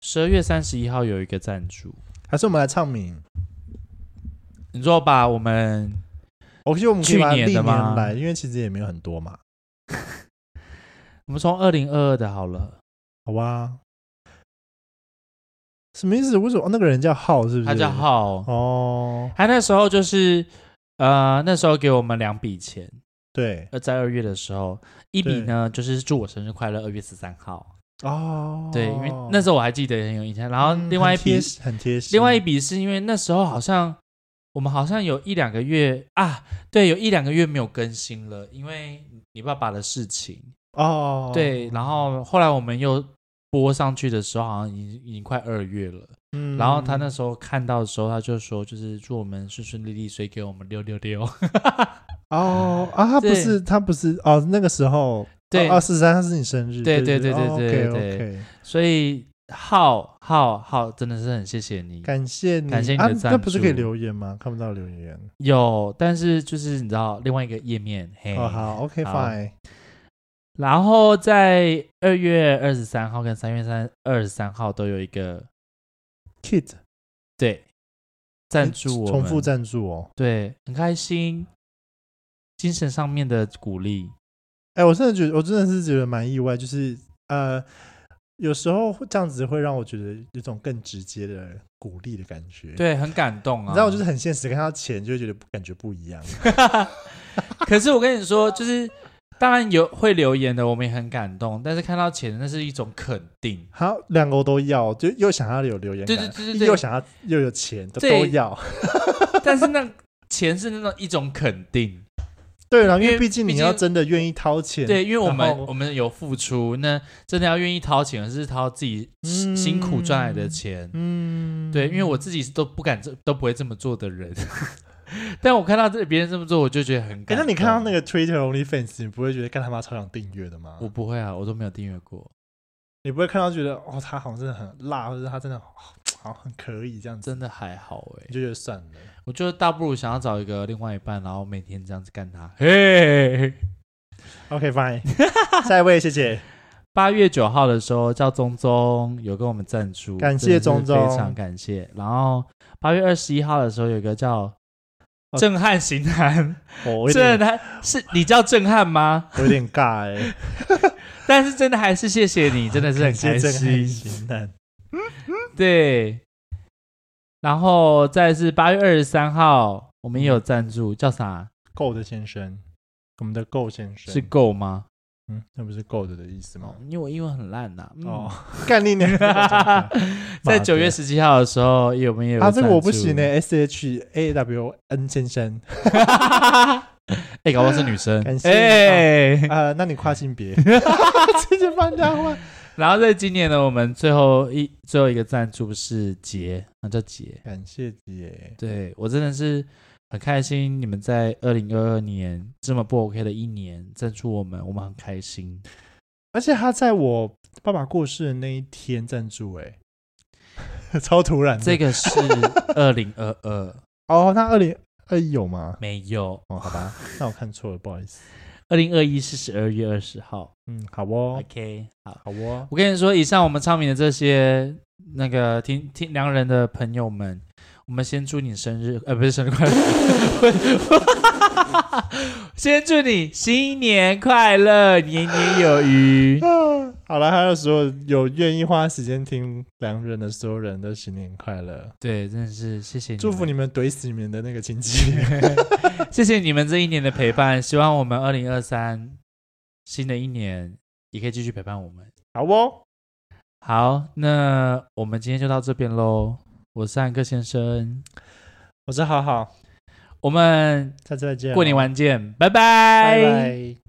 十二月三十一号有一个赞助。
还是我们来唱名？
你说把我们
我觉得我们可以把它
去年
历
的吗
年来，因为其实也没有很多嘛，
我们从二零二二的好了，
好吧？什么意思？为什么、哦那个人叫浩？是不是？
他叫。浩，
哦，
他那时候就是呃那时候给我们两笔钱，
对，
呃在二月的时候，一笔
对
呢就是祝我生日快乐，二月十三号，
哦，
对，因为那时候我还记得很有印象，然后
嗯
另外一
很贴
笔，
心很贴心，
另外一笔是因为那时候好像我们好像有一两个月啊，对，有一两个月没有更新了，因为你爸爸的事情，
哦，
对，然后后来我们又播上去的时候，好像已经已经快二月了。
嗯
然后他那时候看到的时候，他就说，就是祝我们顺顺利利，所以给我们六六六。
哦啊，他不
对
是他不是哦，那个时候哦
对，
二四三他是你生日，
对
对哦
对对对对
，OK
对
OK，
所以浩浩浩真的是很谢谢你。
感谢你，
感谢你的
啊
赞助
那不是可以留言吗？看不到留言，
有，但是就是你知道另外一个页面，嘿，
哦好，OK
哎好
fine，
然后在二月二十三号跟三月三二十三号都有一个
kid
对赞助我们，
重复赞助哦，
对，很开心，精神上面的鼓励，
哎，我真的觉得我真的是觉得蛮意外，就是呃。有时候会这样子会让我觉得有种更直接的鼓励的感觉。，
对，很感动啊。
你知道我就是很现实，看到钱就会觉得不感觉不一样。
可是我跟你说，就是当然有会留言的，我们也很感动，但是看到钱那是一种肯定。
好，两个我都要，就又想要有留言
对
感，
对对对对
又想要又有钱，都
对
都要。
但是那钱是那种一种肯定，
对了，
因
因
为
为毕竟
毕
你
竟
要真的愿意掏钱，
对，因为我
然
们
后
我们有付出，那真的要愿意掏钱，而是掏自己辛
嗯
辛苦赚来的钱。
嗯，
对，因为我自己是都不敢这都不会这么做的人， 但我看到这别人这么做，我就觉得很
哎、
感
那
动。
你看到那个 Twitter OnlyFans，你不会觉得干他妈超想订阅的吗？
我不会啊，我都没有订阅过，
你不会看到觉得哦，他好像真的很辣，或者是他真的好好很可以这样子，
真的还好哎、
你就觉得算了。
我觉得大不如想要找一个另外一半，然后每天这样子干他。嘿，
OK fine，下 一位谢谢，
八月九号的时候叫宗宗有跟我们赞助，
感谢
真的是
宗宗
非常感谢。然后八月二十一号的时候有一个叫
哦
震撼型男，
我 我有
震
点
撼是你叫震撼吗？
我有点尬哎、
但是真的还是谢谢你，真的是 很
感谢
开
震撼
心。
型男，
对，然后再是八月二十三号，我们也有
嗯
赞助，叫啥？
够的先生，我们的够先生
是够吗？
嗯，那不是够的的意思
哦
吗？，
因为我英文很烂呐、嗯
哦，干你娘！
在九月十七号的时候，也我们也有
啊，这个
赞
我不
助
行呢、。S H A W N 先 生，
哎，搞不好是女生
感。谢
哎，
呃，那你跨性别，直接帮人家换。
然后在今年呢，我们最后一最后一个赞助是杰，啊叫杰。
感谢姐，
对我真的是很开心，你们在二零二二年这么不 OK 的一年赞助我们，我们很开心。
而且他在我爸爸过世的那一天赞助、欸， 超突然的。
这个是二零二二，
哦，那二零二一有吗？
没有，
哦，好 吧，那我看错了，不好意思。
二零二一是十二月二十号。
嗯，好哦，
OK，好，
好哦，
我跟你说，以上我们昌明的这些那个听听良人的朋友们，我们先祝你生日，呃，不是生日快乐， 先祝你新年快乐，年年有余。
啊好了，还有所有有愿意花时间听良人的所有人都新年快乐，
对，真的是谢谢你，
祝福你，们怼死你们的那个亲戚。
谢谢你们这一年的陪伴，希望我们二零二三新的一年也可以继续陪伴我们。
好哦，
好，那我们今天就到这边喽。我是汉克先生，
我是好好，
我们
下次再见哦，
过年完见，拜
拜拜。